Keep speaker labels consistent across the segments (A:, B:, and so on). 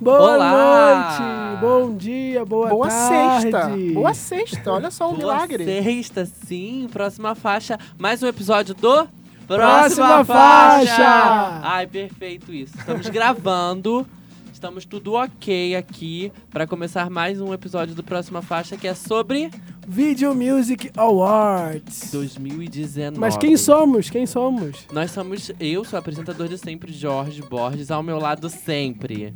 A: Boa
B: Olá!
A: noite, bom dia, boa,
C: Boa
A: tarde.
C: sexta. Boa sexta. Olha só um
B: Boa
C: milagre.
B: sexta, sim. Próxima faixa. Mais um episódio do...
A: Próxima Faixa!
B: Ai, perfeito isso. Estamos gravando. Estamos tudo ok aqui para começar mais um episódio do Próxima Faixa, que é sobre
A: Video Music Awards.
B: 2019.
A: Mas quem somos? Quem somos?
B: Nós somos... Eu sou o apresentador de sempre, Jorge Borges, ao meu lado sempre.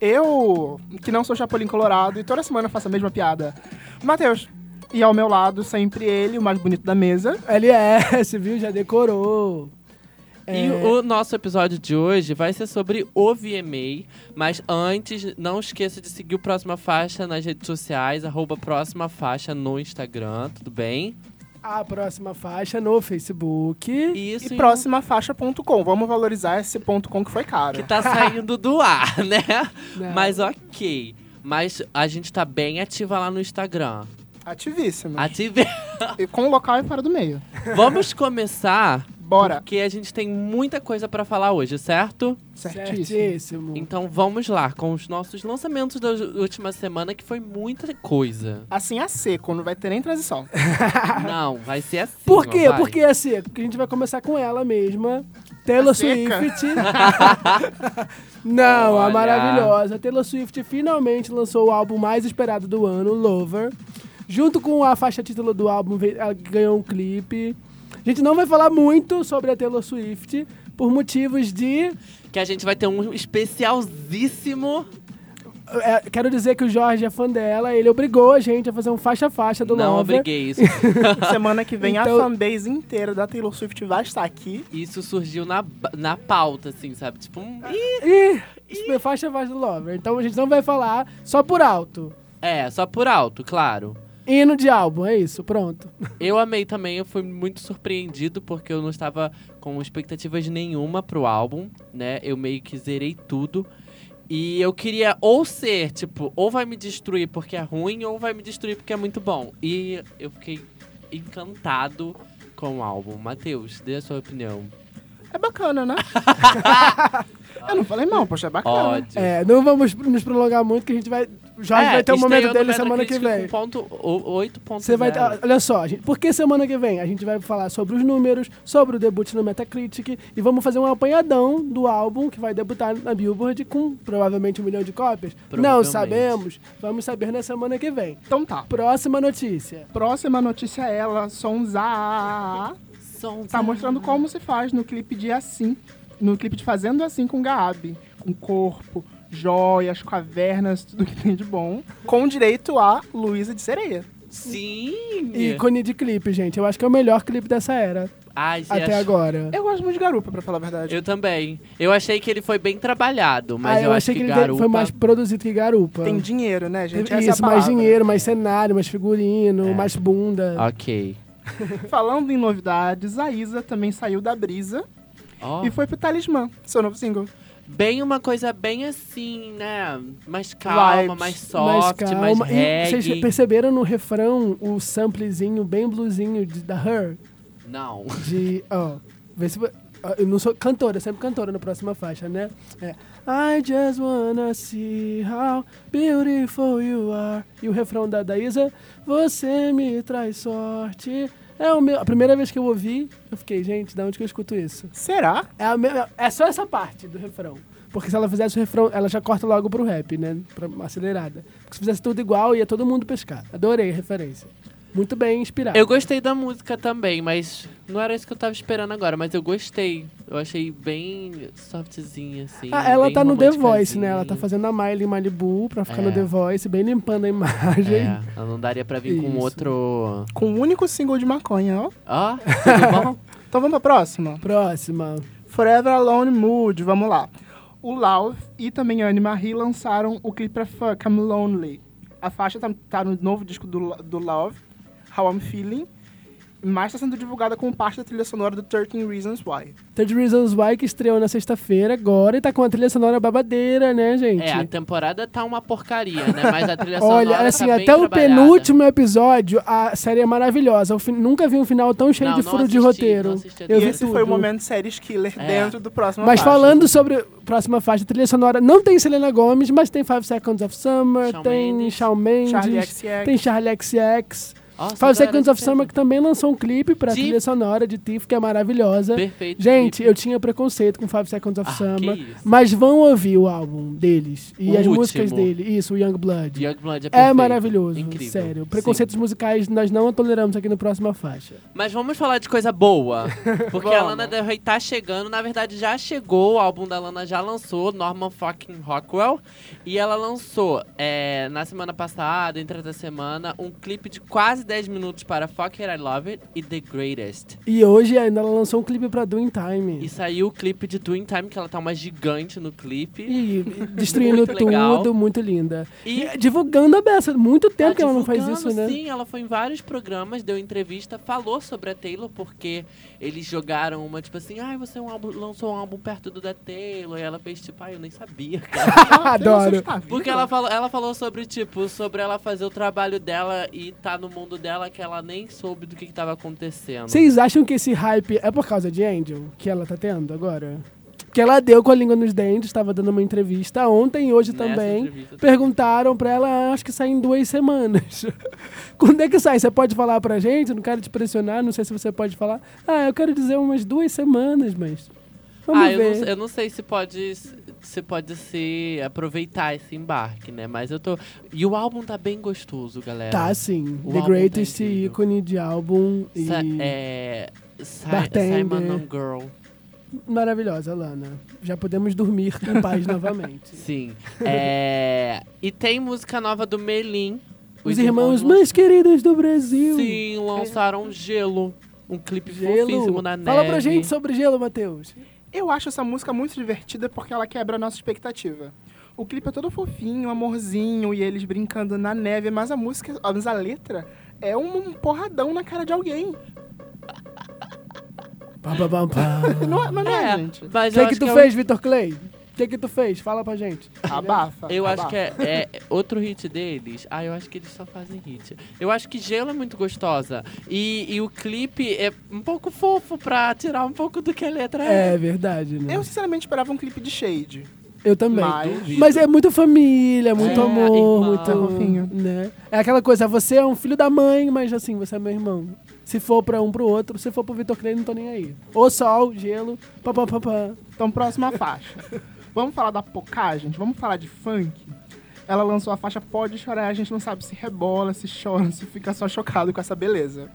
C: Eu, que não sou Chapolin Colorado, e toda semana eu faço a mesma piada. Matheus. E ao meu lado, sempre ele, o mais bonito da mesa.
A: LS, viu? Já decorou.
C: É.
B: E o nosso episódio de hoje vai ser sobre o VMA, mas antes, não esqueça de seguir o Próxima Faixa nas redes sociais, arroba Próxima Faixa no Instagram, tudo bem?
A: A próxima faixa no Facebook.
B: Isso
C: e próximafaixa.com. Vamos valorizar esse ponto com que foi caro.
B: que tá saindo do ar, né?
A: Não.
B: Mas ok. Mas a gente tá bem ativa lá no Instagram.
C: Ativíssimo.
B: Ative.
C: E com o local e fora do meio.
B: Vamos começar,
C: Bora.
B: porque a gente tem muita coisa pra falar hoje, certo?
C: Certíssimo.
B: Então vamos lá com os nossos lançamentos da última semana, que foi muita coisa.
C: Assim a seco, não vai ter nem transição.
B: Não, vai ser assim.
A: Por quê?
B: ó, vai.
A: Porque assim, a gente vai começar com ela mesma. Taylor
C: A seca.
A: Swift. Não, a
B: Olha.
A: maravilhosa. Taylor Swift finalmente lançou o álbum mais esperado do ano, Lover. Junto com a faixa título do álbum, ve- ela ganhou um clipe. A gente não vai falar muito sobre a Taylor Swift por motivos de.
B: Que a gente vai ter um especialzíssimo.
A: é, quero dizer que o Jorge é fã dela, ele obrigou a gente a fazer um faixa-faixa do
B: Não,
A: Lover.
B: obriguei isso.
C: Semana que vem
A: Então-
C: a fanbase inteira da Taylor Swift vai estar aqui.
B: Isso surgiu na, ba- na pauta, assim, sabe? Tipo, um. Ih,
A: Ih, faixa-faixa do Lover. Então a gente não vai falar só por alto.
B: É, só por alto, claro.
A: Hino de álbum, é isso, pronto.
B: Eu amei também, eu fui muito surpreendido porque eu não estava com expectativas nenhuma pro álbum, né? Eu meio que zerei tudo. E eu queria ou ser, tipo, ou vai me destruir porque é ruim, ou vai me destruir porque é muito bom. E eu fiquei encantado com o álbum. Matheus, dê a sua opinião.
C: É bacana, né? Eu não falei mal, poxa, é bacana.
B: Ódio.
A: É, não vamos nos prolongar muito, que a gente vai. O Jorge
B: É,
A: Então vai ter o momento
B: estreou no
A: dele
B: Metro
A: semana que
B: Crítica
A: vem.
B: Com ponto, o- 8.0.
A: Você vai. ah, Olha só, gente, porque semana que vem a gente vai falar sobre os números, sobre o debut no Metacritic e vamos fazer um apanhadão do álbum que vai debutar na Billboard com provavelmente um milhão de cópias. Não
B: Provavelmente.
A: sabemos, vamos saber na semana que vem.
C: Então tá.
A: Próxima notícia.
C: Próxima notícia é ela, Sonza.
B: Som-
C: Tá mostrando como se faz no clipe de Assim. No clipe de Fazendo Assim com Gaab. Com corpo, joias, cavernas, tudo que tem de bom. Com direito a Luísa de Sereia.
B: Sim!
A: Ícone de clipe, gente. Eu acho que é o melhor clipe dessa era
B: Ai, gente,
A: até
B: acho-
A: agora.
C: Eu gosto muito de garupa, pra falar a verdade.
B: Eu também. Eu achei que ele foi bem trabalhado, mas
A: Ah,
B: eu, acho
A: achei
B: que,
A: ele
B: garupa...
A: foi mais produzido que garupa.
C: Tem dinheiro, né, gente? Essa é a
A: Isso, mais
C: palavra.
A: dinheiro, mais cenário, mais figurino,
B: É.
A: mais bunda.
B: Ok.
C: Falando em novidades, a Isa também saiu da brisa
B: Ó,
C: e foi pro Talismã, seu novo single.
B: Bem uma coisa bem assim, né? Mais calma,
C: Vibes.
B: mais soft, mais,
A: E
B: reggae.
A: vocês perceberam no refrão o samplezinho bem bluesinho de- da Her?
B: Não.
A: De. Ó. vê se. vo- ó, Eu não sou cantora, sempre cantora na próxima faixa, né? É. I just wanna see how beautiful you are. E o refrão da, da Isa. Você me traz sorte. É o meu. A primeira vez que eu ouvi, eu fiquei, gente, da onde que eu escuto isso?
C: Será?
A: É, a mesma- é só essa parte do refrão. Porque se ela fizesse o refrão, ela já corta logo pro rap, né? Pra uma acelerada. Porque se fizesse tudo igual, ia todo mundo pescar. Adorei a referência. Muito bem inspirado.
B: Eu gostei da música também, mas não era isso que eu tava esperando agora, mas eu gostei. Eu achei bem softzinha, assim.
A: Ah, ela
B: bem
A: tá no The Voice,
B: românticazinha.
A: né? Ela tá fazendo a Miley em Malibu pra ficar
B: É.
A: no The Voice, bem limpando a imagem.
B: É, ela não daria pra vir com
A: Isso.
B: outro.
C: Com o único single de maconha, ó.
B: Ó, tudo bom?
C: Então vamos pra próxima.
A: Próxima.
C: Forever Alone Mood, vamos lá. O Love e também a Anne Marie lançaram o clipe pra Fuck I'm Lonely. A faixa tá, tá no novo disco do, Lo- do Love, How I'm Feeling, mas tá sendo divulgada como parte da trilha sonora do 13 Reasons Why.
A: Third Reasons Why, que estreou na sexta-feira agora e tá com a trilha sonora babadeira, né, gente?
B: É, a temporada tá uma porcaria, né? Mas a trilha sonora
A: Olha, assim,
B: tá bem
A: até o
B: trabalhada.
A: penúltimo episódio, a série é maravilhosa. Eu fi- nunca vi um final tão cheio
B: Não,
A: de
B: não
A: furo de
B: assisti,
A: roteiro.
B: não assisti até
A: eu
C: e
A: vi
C: esse foi o
A: tudo.
C: momento séries killer
B: É.
C: dentro do próximo
A: Mas
C: faixa.
A: falando sobre Próxima faixa, trilha sonora. Não tem Selena Gomez, mas tem Five Seconds of Summer,
B: Shawn
A: tem
B: Mendes.
A: Shawn Mendes,
C: Charlie XX.
A: tem Charlie XX.
B: Nossa,
A: Five
B: adoro
A: Seconds
B: esse
A: é of Summer,
B: tema.
A: que também lançou um clipe pra
B: De-
A: trilha sonora de Tiff, que é maravilhosa.
B: Perfeito.
A: Gente,
B: clipe.
A: eu tinha preconceito com Five Seconds of
B: Ah,
A: Summer,
B: que isso.
A: mas vão ouvir o álbum deles e
B: O
A: as músicas
B: último.
A: dele. Isso, o Young Blood.
B: Youngblood é
A: É
B: perfeito.
A: maravilhoso,
B: Incrível.
A: sério.
B: Sim.
A: Preconceitos musicais nós não toleramos aqui no Próxima Faixa.
B: Mas vamos falar de coisa boa. Porque a
C: Vamos.
B: Lana Del Rey tá chegando. Na verdade, já chegou. O álbum da Lana já lançou, Norman fucking Rockwell. E ela lançou, é, na semana passada, entre essa semana, um clipe de quase 10 minutos para Fuck It, I Love It e The Greatest.
A: E hoje ainda ela lançou um clipe pra Do In Time.
B: E saiu o clipe de Twin Time, que ela tá uma gigante no clipe.
A: E destruindo
B: Muito
A: tudo,
B: legal.
A: muito linda.
B: E-
A: E, divulgando a beça. Muito tempo
B: Tá
A: que ela não faz
B: divulgando,
A: isso, né?
B: Sim, ela foi em vários programas, deu entrevista, falou sobre a Taylor, porque eles jogaram uma, tipo assim, ai, você é um álbum- lançou um álbum perto do da Taylor, e ela fez, tipo, ai, eu nem sabia, cara.
A: Adoro.
C: tá
B: Porque ela falou, ela falou sobre, tipo, sobre ela fazer o trabalho dela e tá no mundo dela que ela nem soube do que, que tava acontecendo.
A: Vocês acham que esse hype é por causa de Angel que ela tá tendo agora? Porque ela deu com a língua nos dentes, tava dando uma entrevista ontem e hoje
B: Nessa
A: também.
B: entrevista também.
A: Perguntaram pra ela, acho que sai em duas semanas. Quando é que sai? Você pode falar pra gente? Não quero te pressionar, não sei se você pode falar. Ah, eu quero dizer umas duas semanas, mas. Vamos
B: ah, eu
A: ver.
B: não, eu não sei se pode se pode se aproveitar esse embarque, né? Mas eu tô. E o álbum tá bem gostoso, galera.
A: Tá, sim.
B: O
A: The
B: álbum tá
A: Greatest
B: incrível.
A: ícone de álbum e
B: Sa é, Sa
A: Bartender.
B: Simon on Girl.
A: maravilhosa, Lana. Já podemos dormir em paz novamente.
B: Sim. É, e tem música nova do Melim.
A: Os irmãos mais queridos do Brasil.
B: Sim, lançaram Gelo. Um clipe
A: Gelo.
B: fofíssimo na neve.
A: Fala pra gente sobre gelo, Matheus.
C: Eu acho essa música muito divertida porque ela quebra a nossa expectativa. O clipe é todo fofinho, amorzinho, e eles brincando na neve, mas a música, mas a letra é um porradão na cara de alguém.
A: Pá, pá, pá, pá.
C: Não é, mas não é,
B: É,
C: gente.
A: O
B: mas eu
A: que,
B: acho
A: que tu
B: é um-
A: fez, Vitor Clay? O que, que tu fez? Fala pra gente.
C: Abafa.
B: Eu acho
C: abafa.
B: que é, é outro hit deles. Ah, eu acho que eles só fazem hit. Eu acho que Gelo é muito gostosa. E, e o clipe é um pouco fofo pra tirar um pouco do que a letra é.
A: É verdade, né?
C: Eu sinceramente esperava um clipe de Shade.
A: Eu, também.
C: mas-
B: Duvido.
A: Mas é muito família, muito
B: É,
A: amor,
B: irmão.
A: muito.
B: É
C: Tá fofinho.
A: Né? É aquela coisa, você é um filho da mãe, mas assim, você é meu irmão. Se for pra um pro outro, se for pro Vitor Clay, não tô nem aí. Ou sol, gelo, pá, pá, pá, pá.
C: Então, próxima faixa. Vamos falar da Pocá, gente? Vamos falar de funk? Ela lançou a faixa Pode Chorar, a gente não sabe se rebola, se chora, se fica só chocado com essa beleza.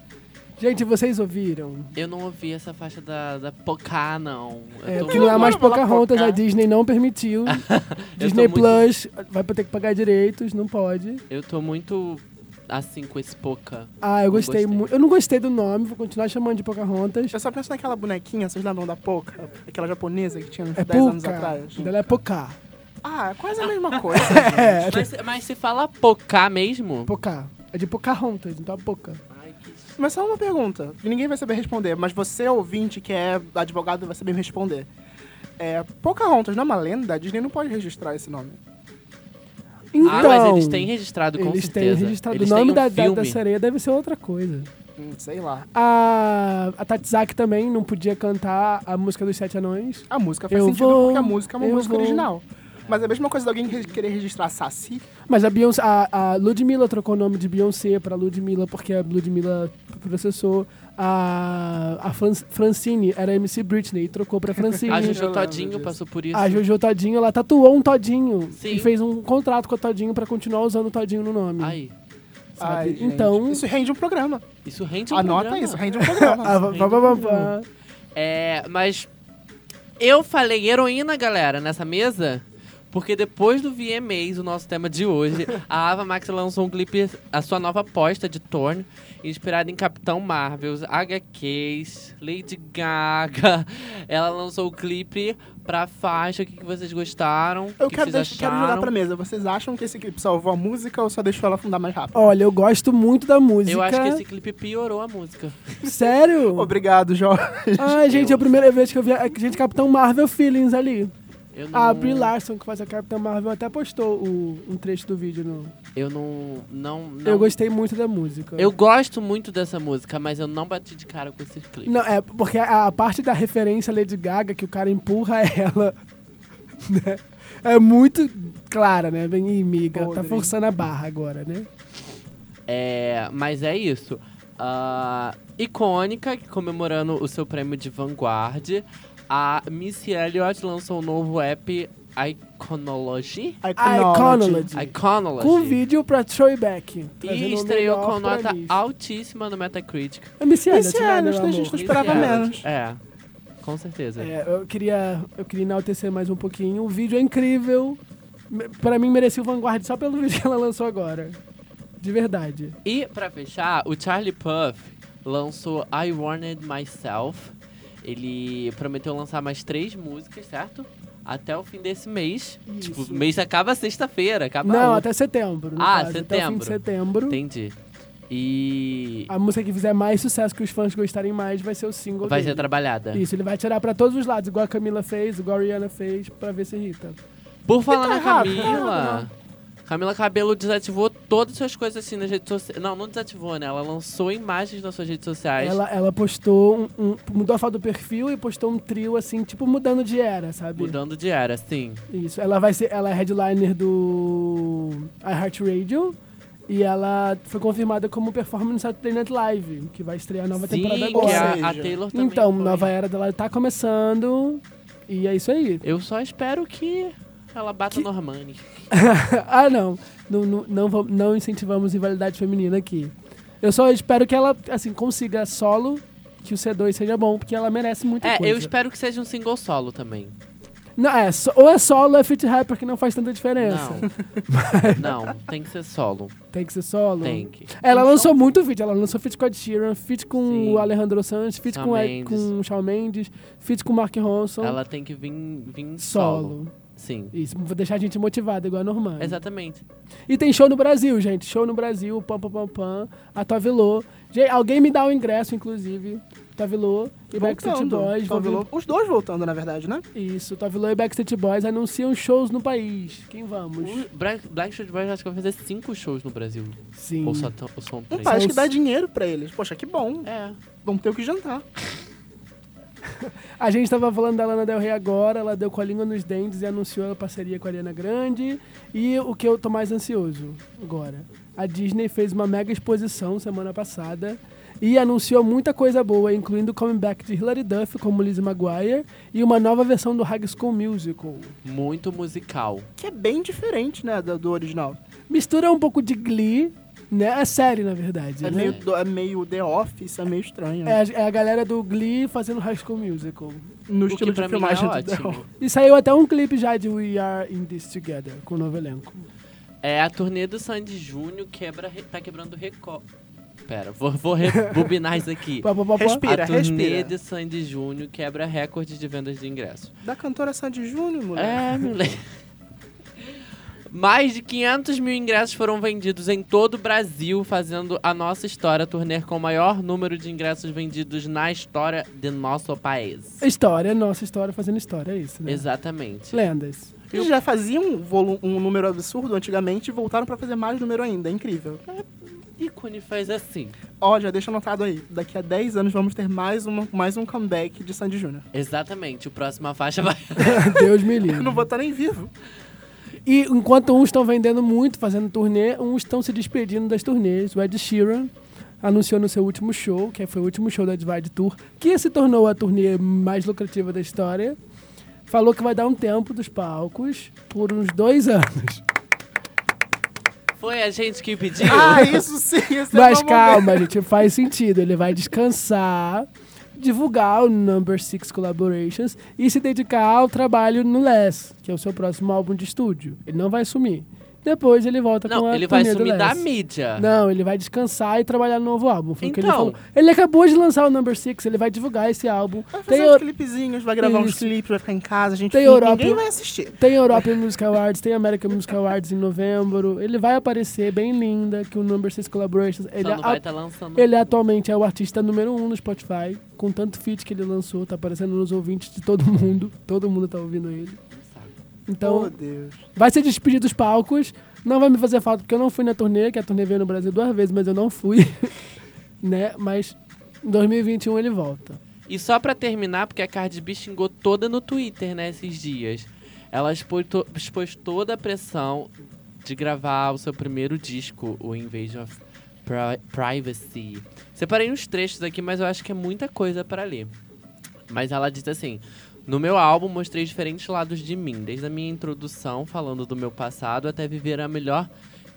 A: Gente, vocês ouviram?
B: Eu não ouvi essa faixa da, da Pocá, não. Eu
A: É,
B: tô
A: porque não é
C: muito-
A: mais
C: Vou lá
A: Pocahontas,
C: focar.
A: a Disney não permitiu.
B: eu tô
A: Disney
B: muito-
A: Plus vai ter que pagar direitos, não pode.
B: Eu tô muito assim com esse Poca.
A: Ah, eu
B: Não
A: gostei
B: gostei.
A: muito. Eu não gostei do nome, vou continuar chamando de Pocahontas.
C: Eu só penso naquela bonequinha, vocês lembram da Poca? Aquela japonesa que tinha uns
A: É
C: 10 anos
A: Puka.
C: atrás.
A: Dela é Pocá.
C: Ah, é quase a mesma coisa.
A: É,
B: Mas, mas se fala Pocá mesmo?
A: Pocá. É de Pocahontas, então é Pocá.
B: Ai, que-
C: Mas só uma pergunta, que ninguém vai saber responder, mas você, ouvinte, que é advogado, vai saber me responder. É, Pocahontas não é uma lenda? A Disney não pode registrar esse nome.
A: Então,
B: ah, mas eles têm registrado, com
A: eles têm
B: certeza.
A: registrado.
B: Eles
A: o nome
B: têm um
A: da, da,
B: filme.
A: da sereia deve ser outra coisa.
C: Hum, Sei lá.
A: A, a Tatsaki também não podia cantar a música dos Sete Anões.
C: A música faz
A: Eu
C: sentido
A: vou,
C: porque a música é uma
A: eu
C: música
A: vou.
C: original. Mas é a mesma coisa de alguém re- querer registrar Saci.
A: Mas a, Beyoncé, a, a Ludmilla trocou o nome de Beyoncé pra Ludmilla porque a Ludmilla processou. A, a Fran- Francine era MC Britney e trocou pra Francine.
B: A
C: Eu
B: Jojo
C: lembro
B: Todinho
C: disso.
B: passou por isso.
A: A Jojo Todinho, ela tatuou um Todinho
B: Sim.
A: e fez um contrato com a Todinho pra continuar usando o Todinho no nome.
B: Ai,
A: sabe?
C: Ai, gente,
A: então.
C: Isso rende um programa.
B: isso rende um
C: Anota
B: programa.
C: isso, rende um programa.
A: Ah, vá, vá, vá, vá.
B: É, mas eu falei heroína, galera, nessa mesa. Porque depois do VMAs, o nosso tema de hoje, a Ava Max lançou um clipe, a sua nova aposta de Torn, inspirada em Capitão Marvel, HQs, Lady Gaga. Ela lançou o clipe pra faixa, o que, que vocês gostaram, o
C: Eu
B: que
C: quero,
B: vocês
C: deixar, quero
B: acharam.
C: jogar pra mesa. Vocês acham que esse clipe salvou a música ou só deixou ela afundar mais rápido?
A: Olha, eu gosto muito da música.
B: Eu acho que esse clipe piorou a música.
A: Sério?
C: Oh. Obrigado, Jorge.
A: Ai, gente, é a primeira vez que eu vi a gente Capitão Marvel Feelings ali.
B: Eu não,
A: A Brie Larson, que faz a Capitão Marvel, até postou o- um trecho do vídeo. No...
B: Eu não, não, não-
A: Eu gostei muito da música.
B: Eu gosto muito dessa música, mas eu não bati de cara com esse clipe.
A: Não, é porque a, a parte da referência Lady Gaga, que o cara empurra ela né? É muito clara, né? Bem inimiga. Tá
C: Podre.
A: forçando a barra agora, né?
B: É, mas é isso. Ah, icônica, comemorando o seu prêmio de vanguarda, a Missy Elliott lançou um novo app Iconology.
A: Iconology.
B: Iconology.
A: Com vídeo pra throwback. trazendo
B: e
A: o
B: estreou
A: melhor
B: com
A: pra
B: nota
A: lista.
B: altíssima no Metacritic.
A: É Missy Elliott,
C: Missy
A: né,
C: Elliott,
A: meu
C: né, gente?
A: amor?
C: Eu esperava
B: Missy
C: menos.
B: Elliott. É, com certeza.
A: É, eu queria, eu queria enaltecer mais um pouquinho. O vídeo é incrível. Me- Pra mim, merecia o Vanguard só pelo vídeo que ela lançou agora. De verdade.
B: E pra fechar, o Charlie Puff lançou I Warned Myself. Ele prometeu lançar mais três músicas, certo? Até o fim desse mês.
A: Isso.
B: Tipo, o mês acaba sexta-feira, acaba
A: Não,
B: ontem.
A: até setembro. no
B: Tá Ah,
A: caso. Até o fim de
B: setembro.
A: setembro.
B: Entendi. E
A: A música que fizer mais sucesso, que os fãs gostarem mais, vai ser o single
B: vai
A: dele.
B: ser trabalhada.
A: Isso, ele vai tirar pra todos os lados, igual a Camila fez, igual a Rihanna fez, pra ver se irrita.
B: Por falar na
A: errado, tá
B: Camila...
A: errado,
B: Camila Cabelo desativou todas as suas coisas assim nas redes sociais. Não, não desativou, né? Ela lançou imagens nas suas redes sociais.
A: Ela, ela postou, um, um- mudou a foto do perfil e postou um trio, assim, tipo mudando de era, sabe?
B: Mudando de era, sim.
A: Isso, ela vai ser, ela é headliner do iHeartRadio e ela foi confirmada como performer no Saturday Night Live, que vai estrear a nova
B: sim,
A: É temporada
B: que
A: agora.
B: a, a
C: Seja.
B: Taylor também
A: Então,
B: foi.
A: nova era dela tá começando e é isso aí.
B: Eu só espero que ela bata
A: Que-
B: no Armani.
A: ah, não. Não, não, não, vam- não incentivamos rivalidade feminina aqui. Eu só espero que ela, assim, consiga solo, que o C2 seja bom, porque ela merece muita
B: É,
A: coisa.
B: eu espero que seja um single solo também.
A: Não, é, so- ou é solo ou é fit rapper, que não faz tanta diferença.
B: Não, não, tem que ser solo.
A: Tem que ser solo.
B: Tem que.
A: Ela lançou muito feat, ela lançou feat com a Ed Sheeran, feat com
B: Sim.
A: o Alejandro Sanz, feat
B: Shawn
A: com, a-
B: Mendes.
A: com o Shawn Mendes, feat com o Mark Ronson.
B: Ela tem que vir,
A: solo.
B: vir solo. Sim.
A: Isso, vou deixar a gente motivada, igual a Normani.
B: Exatamente.
A: E tem show no Brasil, gente. Show no Brasil, pam, pam, pam, pam. A Tovilô. Gente, alguém me dá o ingresso, inclusive. Tovilô e Backstreet Boys. vão vir-
C: Voltando. Os dois voltando, na verdade, né?
A: Isso, Tovilô e Backstreet Boys anunciam shows no país. Quem vamos?
B: O Black, Black Street Boys acho que vai fazer cinco shows no Brasil.
A: Sim.
B: Ou só, tão- ou são
C: Um
B: três.
C: país
A: São
C: que
A: os-
C: dá dinheiro pra eles. Poxa, que bom.
B: É.
C: Vão ter o que jantar.
A: A gente tava falando da Lana Del Rey agora, ela deu com a língua nos dentes e anunciou a parceria com a Ariana Grande. E o que eu tô mais ansioso agora? A Disney fez uma mega exposição semana passada e anunciou muita coisa boa, incluindo o comeback de Hilary Duff como Lizzie Maguire e uma nova versão do High School Musical.
B: Muito musical.
C: Que é bem diferente, né, do, do original.
A: Mistura um pouco de Glee, né? É série, na verdade,
C: É
A: né?
C: meio, do- é meio The Office, é meio estranho.
A: É a, é a galera do Glee fazendo High School Musical.
C: no
B: O que pra mim é
C: filmagem do The
B: ótimo.
C: Office.
A: E saiu até um clipe já de We Are In This Together, com o novo elenco.
B: É, a turnê do Sandy Júnior quebra, re- tá quebrando recorde. Pera, vou, vou rebobinar isso aqui.
A: Pá, pá, pá, pá.
C: Respeito. Respira,
B: a turnê
C: respira.
B: de Sandy Júnior quebra recorde de vendas de ingressos.
C: Da cantora Sandy Júnior, mulher.
B: É, moleque. Mais de 500 mil ingressos foram vendidos em todo o Brasil, fazendo a nossa história turnê com o maior número de ingressos vendidos na história de nosso país.
A: História, nossa história fazendo história, é isso, né?
B: Exatamente.
A: Lendas.
C: Eles já faziam um, volu- um número absurdo antigamente e voltaram pra fazer mais número ainda. É incrível.
B: ícone faz assim.
C: Ó, já deixa anotado aí. Daqui a 10 anos vamos ter mais, uma, mais um comeback de Sandy Júnior.
B: Exatamente. O próxima faixa vai.
A: Deus me
C: Eu não
A: livre.
C: vou estar nem vivo.
A: E enquanto uns estão vendendo muito, fazendo turnê, uns estão se despedindo das turnês. O Ed Sheeran anunciou no seu último show, que foi o último show da Divide Tour, que se tornou a turnê mais lucrativa da história. Falou que vai dar um tempo dos palcos por uns dois anos.
B: Foi a gente que pediu.
C: Ah, isso sim, esse
B: Tá
C: é
A: Mas
C: o meu momento.
A: calma, gente, faz sentido. Ele vai descansar, divulgar o Number Six Collaborations e se dedicar ao trabalho no Less, que é o seu próximo álbum de estúdio. Ele não vai sumir. Depois ele volta com
B: Não,
A: a
B: ele vai
A: turnê do
B: sumir da
A: Less.
B: mídia.
A: Não, ele vai descansar e trabalhar no novo álbum. Foi o que ele
B: Então.
A: falou. Ele acabou de lançar o Number Six, ele vai divulgar esse álbum.
B: Ah,
C: Vai fazer
A: Tem,
C: uns
A: Eu-
C: clipezinhos, vai gravar uns
A: Isso.
C: clipes, vai ficar em casa, a gente
A: Tem
C: fica-
A: Europa.
C: ninguém vai assistir.
A: tem European Music Awards, tem American Music Awards em novembro. Ele vai aparecer bem linda, que o Number Six Collaborations. Ele é
B: Só não
A: a-
B: vai estar lançando.
A: Ele atualmente é o artista número um no Spotify, com tanto feat que ele lançou, tá aparecendo nos ouvintes de todo mundo. Todo mundo tá ouvindo ele.
C: oh,
A: Então,
C: Deus.
A: vai ser despedido dos palcos. Não vai me fazer falta, porque eu não fui na turnê, que a turnê veio no Brasil duas vezes, mas eu não fui. né? Mas em 2021 ele volta.
B: E só pra terminar, porque a Cardi B xingou toda no Twitter, né, esses dias. Ela expôs, to- expôs toda a pressão de gravar o seu primeiro disco, o Invasion of Pri- Privacy. Separei uns trechos aqui, mas eu acho que é muita coisa para ler. Mas ela diz assim: No meu álbum mostrei diferentes lados de mim, desde a minha introdução, falando do meu passado, até viver a melhor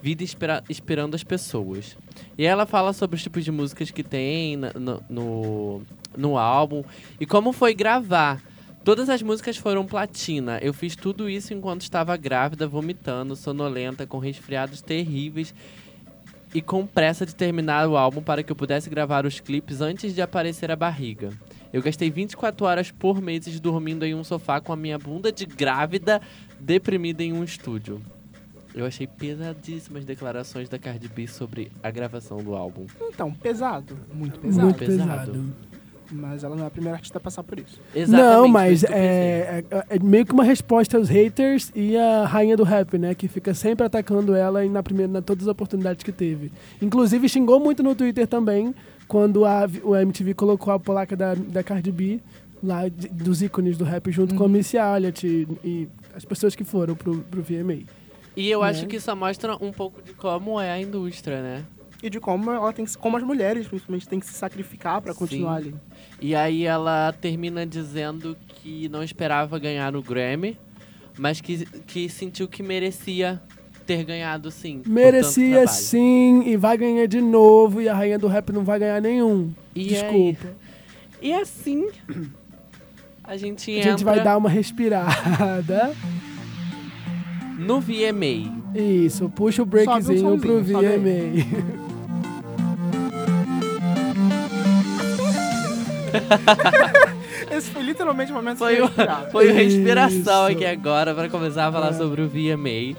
B: vida inspira- inspirando as pessoas. E ela fala sobre os tipos de músicas que tem na- no, no, no álbum e como foi gravar. Todas as músicas foram platina. Eu fiz tudo isso enquanto estava grávida, vomitando, sonolenta, com resfriados terríveis e com pressa de terminar o álbum para que eu pudesse gravar os clipes antes de aparecer a barriga. Eu gastei 24 horas por meses dormindo em um sofá com a minha bunda de grávida deprimida em um estúdio. Eu achei pesadíssimas declarações da Cardi B sobre a gravação do álbum.
C: Então, pesado. Muito pesado.
A: Muito
B: Pesado.
A: pesado.
C: Mas ela não é a primeira artista a passar por isso.
A: Não,
B: foi
A: mas
B: isso que eu pensei.
A: é, é- é meio que uma resposta aos haters e a rainha do rap, né? Que fica sempre atacando ela em, na primeira, na todas as oportunidades que teve. Inclusive, xingou muito no Twitter também, quando a, o MTV colocou a polaca da, da Cardi B lá de- dos ícones do rap junto
B: Uhum.
A: com a Missy Elliott e, e as pessoas que foram pro, pro VMA.
B: E eu
A: né?
B: acho que isso mostra um pouco de como é a indústria, né?
C: E de como ela tem que se- como as mulheres, principalmente, têm que se sacrificar pra continuar
B: Sim.
C: ali.
B: E aí ela termina dizendo que não esperava ganhar o Grammy, mas que, que sentiu que merecia ter ganhado sim. por tanto
A: Merecia
B: trabalho.
A: sim, e vai ganhar de novo, e a rainha do rap não vai ganhar nenhum.
B: E
A: Desculpa.
B: aí- e assim a gente
A: A
B: entra
A: gente vai dar uma respirada.
B: no VMA.
A: Isso, puxa o breakzinho
C: Sobe um
A: pro
C: somzinho, sobe aí.
A: VMA.
C: Esse foi literalmente o momento
B: Foi,
C: de
B: uma,
C: respirar.
B: foi uma
A: Isso.
B: respiração
A: É.
B: aqui agora pra começar a falar sobre o VMA.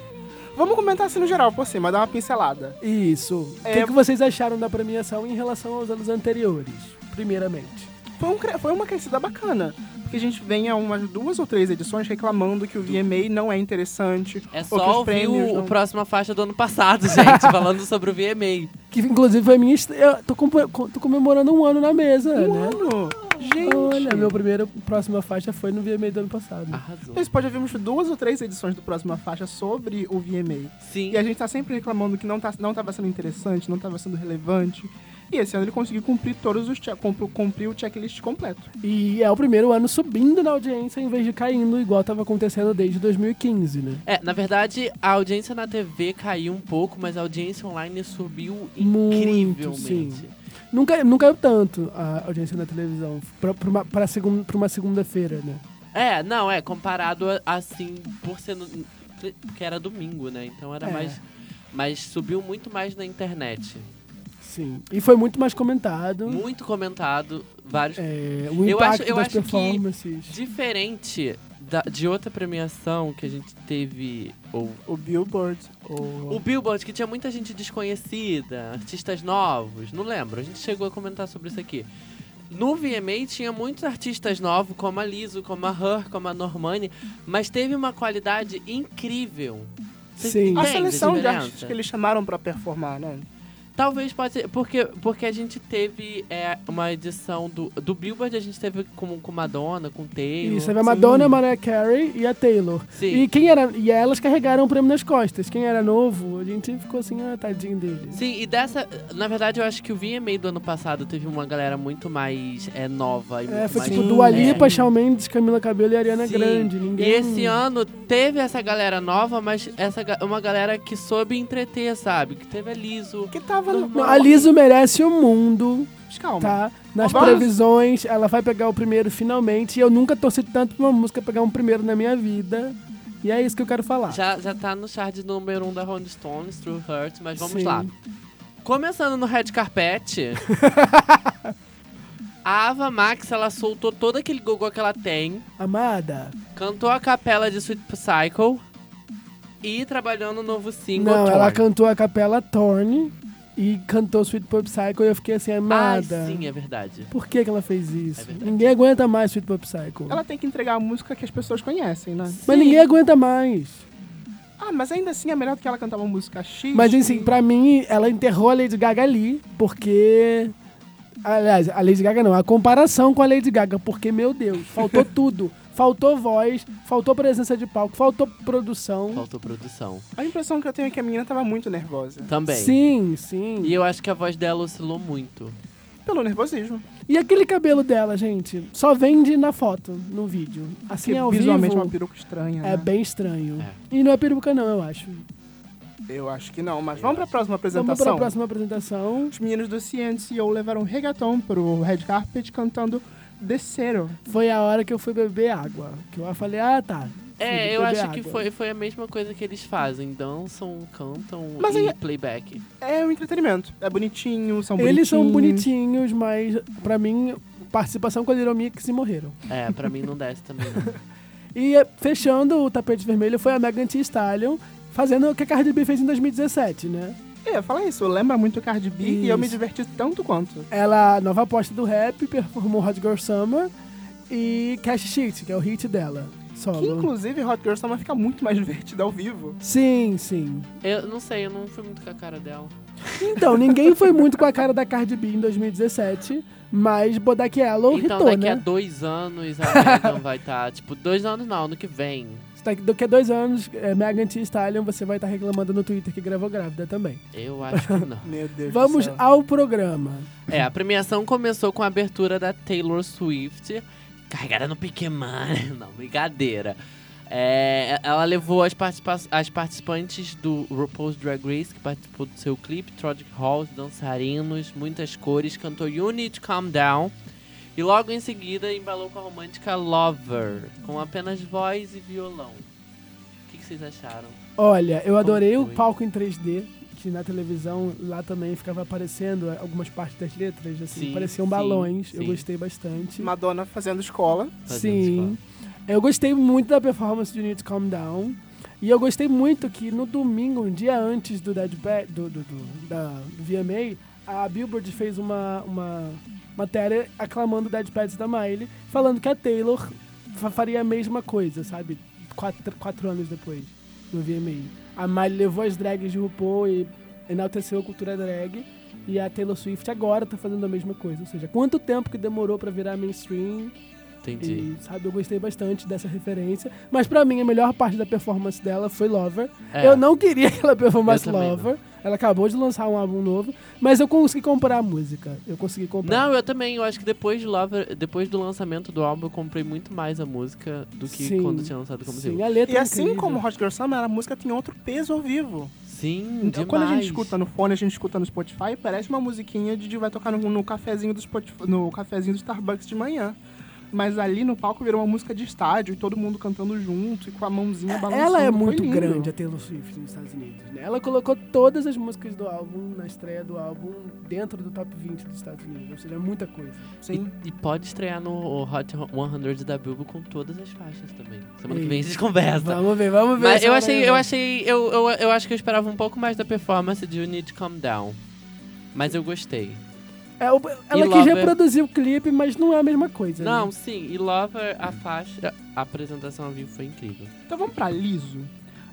C: Vamos comentar assim no geral por cima, dar uma pincelada.
A: Isso. O
C: É.
A: que, que vocês acharam da premiação em relação aos anos anteriores, primeiramente?
C: Foi, um cre- foi uma crescida bacana. Porque a gente vem a umas duas ou três edições reclamando que o VMA não é interessante.
B: É
C: ou que os
B: só ouvir
C: prêmios
B: o,
A: né?
C: não-
B: o próxima faixa do ano passado, gente, falando sobre o VMA.
A: Que inclusive foi a minha. est- Eu tô, compo- co- tô comemorando um ano na mesa,
C: Um
A: né?
C: ano! Gente!
A: Olha, meu primeiro próxima faixa foi no VMA do ano passado.
C: Ah.
B: Arrasou.
C: Vocês podem haver visto duas ou três edições do Próxima Faixa sobre o VMA.
B: Sim.
C: E a gente tá sempre reclamando que não, tá, não tava sendo interessante, não tava sendo relevante. E esse ano ele conseguiu cumprir todos os che- cumpri- cumprir o checklist completo.
A: E é o primeiro ano subindo na audiência em vez de caindo, igual tava acontecendo desde 2015, né?
B: É, na verdade, a audiência na TV caiu um pouco, mas a audiência online subiu
A: Muito,
B: incrivelmente.
A: sim. Nunca, nunca caiu tanto a audiência na televisão, pra, pra uma, pra segun- pra uma segunda-feira, né?
B: É, não, é, comparado a- assim, por ser. no- Porque era domingo, né? Então era
A: É.
B: mais. Mas subiu muito mais na internet.
A: Sim. E foi muito mais comentado.
B: Muito comentado, vários.
A: Hum. É, o
B: Eu
A: impacto
B: acho- eu
A: das
B: acho que-
A: performances.
B: Diferente da- de outra premiação que a gente teve, ou
C: O Billboard, o...
B: O Billboard, que tinha muita gente desconhecida, artistas novos, não lembro. A gente chegou a comentar sobre isso aqui. No VMA tinha muitos artistas novos, como a Lizzo, como a Her, como a Normani, mas teve uma qualidade incrível. Vocês
A: Sim.
B: entendem
C: a
A: A
C: seleção de
B: diferença?
C: artistas que eles chamaram pra performar, né?
B: Talvez pode ser, porque, porque a gente teve é, uma edição do, do Billboard, a gente teve com, com Madonna, com Taylor.
A: Isso, teve a Madonna, a Mariah Carey e a Taylor.
B: Sim.
A: E quem era e elas carregaram o prêmio nas costas. Quem era novo, a gente ficou assim, ah, tadinho dele.
B: Sim, e dessa. Na verdade, eu acho que o VMA do ano passado teve uma galera muito mais é, nova e
A: É,
B: muito
A: foi
B: mais.
A: tipo
C: Sim.
A: Dua Lipa,
B: é.
A: Shawn Mendes, Camila Cabello e Ariana
B: Sim.
A: Grande.
B: E
A: Ninguém...
B: esse ano teve essa galera nova, mas essa ga- uma galera que soube entreter, sabe? Que teve a Liso.
C: Que tava... no-
A: Não, a Lizzo merece o mundo,
C: Mas Calma.
A: tá? Nas
C: Vamos.
A: previsões, ela vai pegar o primeiro finalmente. E eu nunca torci tanto pra uma música pegar um primeiro na minha vida. E é isso que eu quero falar.
B: Já, já tá no chart número 1 um da Rolling Stones, True Hurts, mas vamos
A: Sim.
B: lá. Começando no Red Carpet. a Ava Max, ela soltou todo aquele gogó que ela tem.
A: Amada,
B: Cantou a capela de Sweet Psycho e trabalhou no novo single.
A: Não, ela
B: Torn.
A: cantou a capela Torn e cantou Sweet Pop Psycho e eu fiquei assim,
B: Ai,
A: amada.
B: sim, é verdade.
A: Por que, que ela fez isso?
B: verdade.
A: ninguém aguenta mais Sweet Pop Psycho.
C: Ela tem que entregar a música que as pessoas conhecem, né?
A: Mas
B: Sim.
A: ninguém aguenta mais.
C: Ah, mas ainda assim é melhor do que ela cantar uma música X.
A: Mas
C: que-
A: assim, pra mim, ela enterrou a Lady Gaga ali, porque. Aliás, a Lady Gaga não, a comparação com a Lady Gaga, porque, meu Deus, faltou tudo. Faltou voz, faltou presença de palco, faltou produção.
B: Faltou produção.
C: A impressão que eu tenho é que a menina tava muito nervosa.
B: Também.
A: Sim, sim.
B: E eu acho que a voz dela oscilou muito.
C: Pelo nervosismo.
A: E aquele cabelo dela, gente, só vende na foto, no vídeo. Assim
C: que
A: ao
C: visualmente é
A: vivo,
C: uma peruca estranha.
A: é
C: né?
A: bem estranho.
B: É.
A: E não é peruca não, eu acho.
C: Eu acho que não, mas vamos pra próxima
A: Vamos
C: apresentação.
A: para a próxima apresentação.
C: Os meninos do CNCO levaram um reggaeton pro Red Carpet cantando Desceram.
A: Foi a hora que eu fui beber água. Que eu falei, ah, tá.
B: É,
A: Fui
B: eu
A: beber
B: acho que
A: água.
B: foi, foi a mesma coisa que eles fazem. Dançam, cantam
C: Mas
B: e
C: aí-
B: playback.
C: É um entretenimento. É bonitinho, são bonitinhos.
A: Eles são bonitinhos, mas pra mim, participação com a Little Mix e morreram.
B: É, pra mim não desce também. não.
A: E eh, fechando o tapete vermelho foi a Megan Thee Stallion, fazendo o que a Cardi B fez em 2017, né?
C: É, fala isso, lembra muito Cardi B e eu me
A: Isso.
C: diverti tanto quanto.
A: Ela, nova aposta do rap, performou Hot Girl Summer e Cash Sheet, que é o hit dela. Solo.
C: Que inclusive Hot Girl Summer fica muito mais divertida ao vivo.
A: Sim, sim.
B: Eu não sei, eu não fui muito com a cara dela.
A: Então, ninguém foi muito com a cara da Cardi B em 2017, mas Bodak Yellow
B: então,
A: hitou,
B: daqui a
A: né?
B: dois anos a Megan vai estar. tipo, dois anos não, ano que vem.
A: Daqui- tá Daqui a dois anos, é, Megan Thee Stallion, você vai estar reclamando no Twitter que gravou grávida também.
B: Eu acho que não.
C: Meu Deus
A: Vamos ao programa.
B: É, a premiação começou com a abertura da Taylor Swift, carregada no Pokémon. Não, brincadeira. É, ela levou as, participa- as participantes do RuPaul's Drag Race, que participou do seu clipe, Trogic Halls, dançarinos, muitas cores, cantou You Need to Calm Down. E logo em seguida embalou com a romântica Lover, com apenas voz e violão. O que, que vocês acharam?
A: Olha, eu adorei o
B: foi?
A: palco em 3D, que na televisão lá também ficava aparecendo é, algumas partes das letras, assim,
B: Sim,
A: pareciam
B: sim,
A: balões. Eu
B: sim.
A: gostei bastante.
C: Madonna fazendo escola.
B: Fazendo
A: Sim. Eu gostei muito da performance de You Need to Calm Down. E eu gostei muito que no domingo, um dia antes do Dead Bad, do, do, do, da do VMA, a Billboard fez uma, uma matéria aclamando o Dead Pets da Miley, falando que a Taylor fa- faria a mesma coisa, sabe? Quatro, quatro anos depois, no VMA. A Miley levou as drags de RuPaul e enalteceu a cultura drag. E a Taylor Swift agora tá fazendo a mesma coisa. Ou seja, quanto tempo que demorou pra virar mainstream
B: Entendi.
A: e, sabe, eu gostei bastante dessa referência. Mas pra mim, a melhor parte da performance dela foi Lover.
B: É.
A: Eu não queria que ela performasse
B: Eu também
A: Lover. Ela acabou de lançar um álbum novo. Mas eu consegui comprar a música. Eu consegui comprar.
B: Não, eu também. Eu acho que depois, de Lover, depois do lançamento do álbum, eu comprei muito mais a música do que
A: Sim.
B: quando tinha lançado como
A: Sim,
B: single.
A: a letra
C: E
A: é
C: assim
A: incrível.
C: como Hot Girl Summer, a música tem outro peso ao vivo.
B: Sim,
C: Então
B: demais.
C: quando a gente
A: né?
C: escuta no fone, a gente escuta no Spotify, parece uma musiquinha de de vai tocar no, no cafezinho do Spotify, no cafezinho do Starbucks de manhã. Mas ali no palco virou uma música de estádio e todo mundo cantando junto e com a mãozinha balançando.
A: Ela é
C: Foi
A: muito
C: lindo.
A: grande, a Taylor Swift, nos Estados Unidos. né? Ela colocou todas as músicas do álbum, na estreia do álbum, dentro do top 20 dos Estados Unidos. Ou seja, é muita coisa.
C: Sim.
B: E pode estrear no Hot 100 da Bilbo com todas as faixas também. Semana que vem vocês conversam.
A: Vamos ver, vamos ver.
B: Mas eu
A: semana
B: achei,
A: que
B: eu
A: vem.
B: achei, eu, eu, eu acho que eu esperava um pouco mais da performance de You Need to Calm Down. Mas eu gostei.
A: É, o- ela
B: E
A: quis
B: Lover.
A: reproduzir o clipe, mas não é a mesma coisa. né?
B: Não, sim, e Lover, a faixa, a apresentação ao vivo foi incrível.
C: Então vamos pra Liso.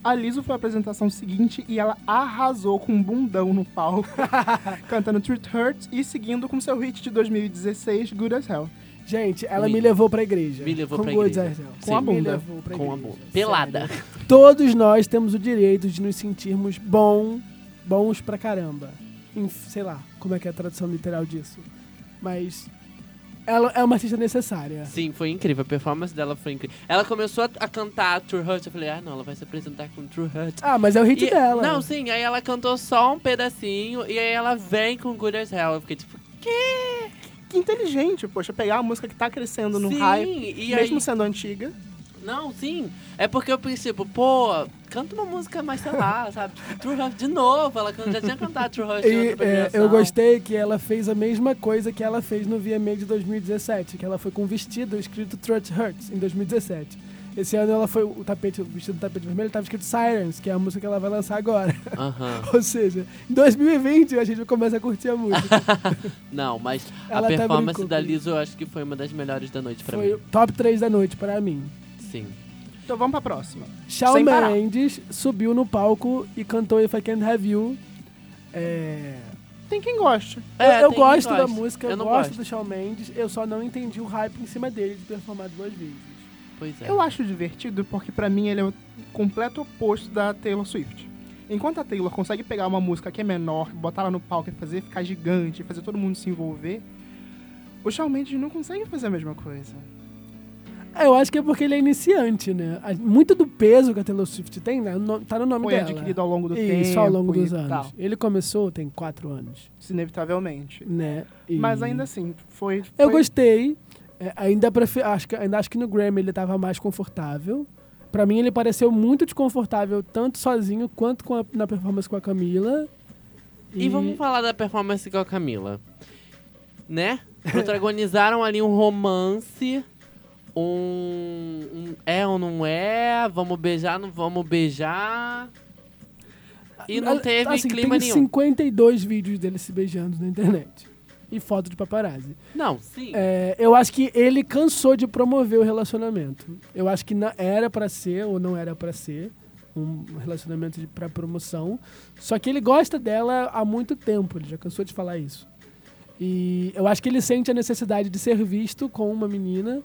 C: A Liso foi a apresentação seguinte e ela arrasou com um bundão no palco, cantando Truth Hurts e seguindo com seu hit de 2016, Good As Hell.
A: Gente, ela me,
B: Me-
A: levou pra igreja.
B: me levou
A: com
B: pra
A: God's
B: igreja.
A: Eyes Now.
B: Com a
A: Me
C: bunda.
A: levou pra
B: Com a
A: igreja.
B: bunda. Pelada.
A: Sério. Todos nós temos o direito de nos sentirmos bom, bons pra caramba. Em- sei lá, como é que é a tradução literal disso. Mas ela é uma artista necessária.
B: Sim, foi incrível. A performance dela foi incrível. Ela começou a, a cantar True Hurt. Eu falei, ah, não, ela vai se apresentar com True Hurt.
A: Ah, mas é o hit
B: E-
A: dela.
B: Não, sim, aí ela cantou só um pedacinho e aí ela vem com Good as Hell. Eu fiquei tipo, que?
C: Que inteligente, poxa, pegar a música que tá crescendo no
B: sim,
C: hype,
B: e
C: mesmo
B: aí,
A: assim.
C: sendo antiga.
B: Não, sim. É porque eu pensei, tipo, pô, canta uma música mais, sei lá, sabe? Tipo, True Hurt de novo. Ela can- já tinha cantado True Hurt em
A: E,
B: outra
A: é,
B: premiação.
A: eu gostei que ela fez a mesma coisa que ela fez no VMA de 2017, que ela foi com um vestido escrito Trut Hurts em 2017. Esse ano ela foi o tapete, o vestido do tapete vermelho estava escrito Sirens, que é a música que ela vai lançar agora.
B: Aham.
A: Ou seja, em 2020 a gente começa a curtir a música.
B: Não, mas
A: Ela
B: a
A: até
B: performance
A: brincou
B: da
A: com isso.
B: Lizzo eu acho que foi uma das melhores da noite pra
A: Foi
B: mim.
A: o top 3 da noite para mim.
B: Sim.
C: Então vamos pra próxima.
A: Shawn
C: Sem parar.
A: Mendes subiu no palco e cantou If I Can't Have You. É,
C: Tem quem goste.
A: Eu,
B: É,
A: eu
B: tem-
A: gosto da música, eu,
B: não
A: gosto, do Shawn Mendes, eu só não entendi o hype em cima dele de performar duas vezes.
B: Pois é.
C: Eu acho divertido porque pra mim ele é o completo oposto da Taylor Swift. Enquanto a Taylor consegue pegar uma música que é menor, botar ela no palco e fazer ficar gigante, fazer todo mundo se envolver, o Shawn Mendes não consegue fazer a mesma coisa.
A: Ah, Eu acho que é porque ele é iniciante, né? A- Muito do peso que a Taylor Swift tem, né? no- tá no nome
C: Foi
A: dela.
C: adquirido ao longo do
A: Isso,
C: tempo
A: ao longo
C: e
A: dos anos.
C: tal.
A: Ele começou tem quatro anos,
C: Isso inevitavelmente.
A: né? E-
C: Mas ainda assim, foi...
A: Eu
C: foi-
A: gostei. É, ainda, prefe- acho que, ainda acho que no Grammy ele tava mais confortável. Pra mim ele pareceu muito desconfortável, tanto sozinho quanto com a- na performance com a Camila.
B: E vamos falar da performance com a Camila. Né? Protagonizaram ali um romance. Um, um é ou não é? Vamos beijar, não vamos beijar. E não
A: Ah,
B: teve
A: assim,
B: clima
A: tem
B: nenhum.
A: 52 vídeos dele se beijando na internet. E foto de paparazzi.
B: Não, sim.
A: É, eu acho que ele cansou de promover o relacionamento. Eu acho que na- era pra ser ou não era pra ser um relacionamento de, pra promoção. Só que ele gosta dela há muito tempo, ele já cansou de falar isso. E eu acho que ele sente a necessidade de ser visto com uma menina,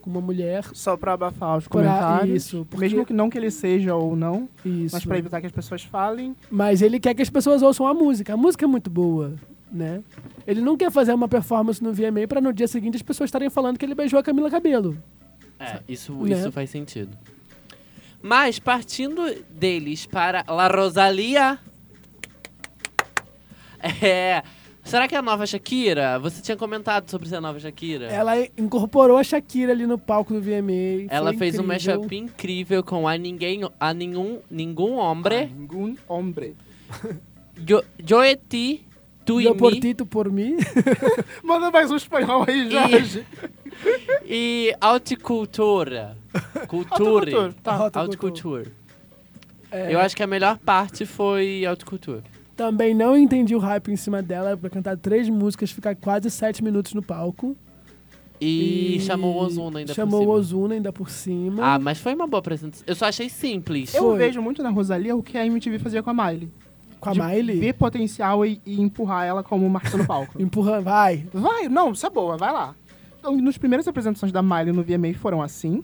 A: com uma mulher.
C: Só pra abafar os
A: Pra-
C: comentários.
A: isso, porque-
C: Mesmo que não que ele seja ou não,
A: Isso. é.
C: mas pra evitar que as pessoas falem,
A: Mas ele quer que as pessoas ouçam a música. A música é muito boa, né? Ele não quer fazer uma performance no VMA pra no dia seguinte as pessoas estarem falando que ele beijou a Camila Cabelo.
B: É, isso,
A: Né?
B: isso faz sentido. Mas partindo deles para La Rosalia. É. Será que é a nova Shakira? Você tinha comentado sobre ser a nova Shakira.
A: Ela incorporou a Shakira ali no palco do VMA.
B: Ela
A: foi
B: fez um
A: incrível.
B: mashup incrível com a ninguém, a nenhum, nenhum
C: ah,
B: hombre,
C: nenhum homem.
B: yo, yo e ti, tu e
A: Deu por
B: mi,
A: Tito por mim.
C: Manda mais um espanhol aí, Jorge.
B: e horticultura. Culture.
C: Horticultura, tá.
B: Horticulture.
A: É.
B: Eu acho que a melhor parte foi horticultura.
A: Também não entendi o hype em cima dela pra cantar três músicas, ficar quase sete minutos no palco.
B: E, chamou o Ozuna ainda
A: Chamou
B: por cima.
A: o Ozuna ainda por cima.
B: Ah, mas foi uma boa apresentação. Eu só achei simples.
C: Eu
A: Foi. vejo
C: vejo muito na Rosalia o que a MTV fazia com a Miley.
A: com a Miley.
C: Ver potencial e, e empurrar ela como marca no palco.
A: Empurra, vai.
C: vai, não, isso é boa, vai lá. Então, nos primeiras apresentações da Miley no VMA foram assim.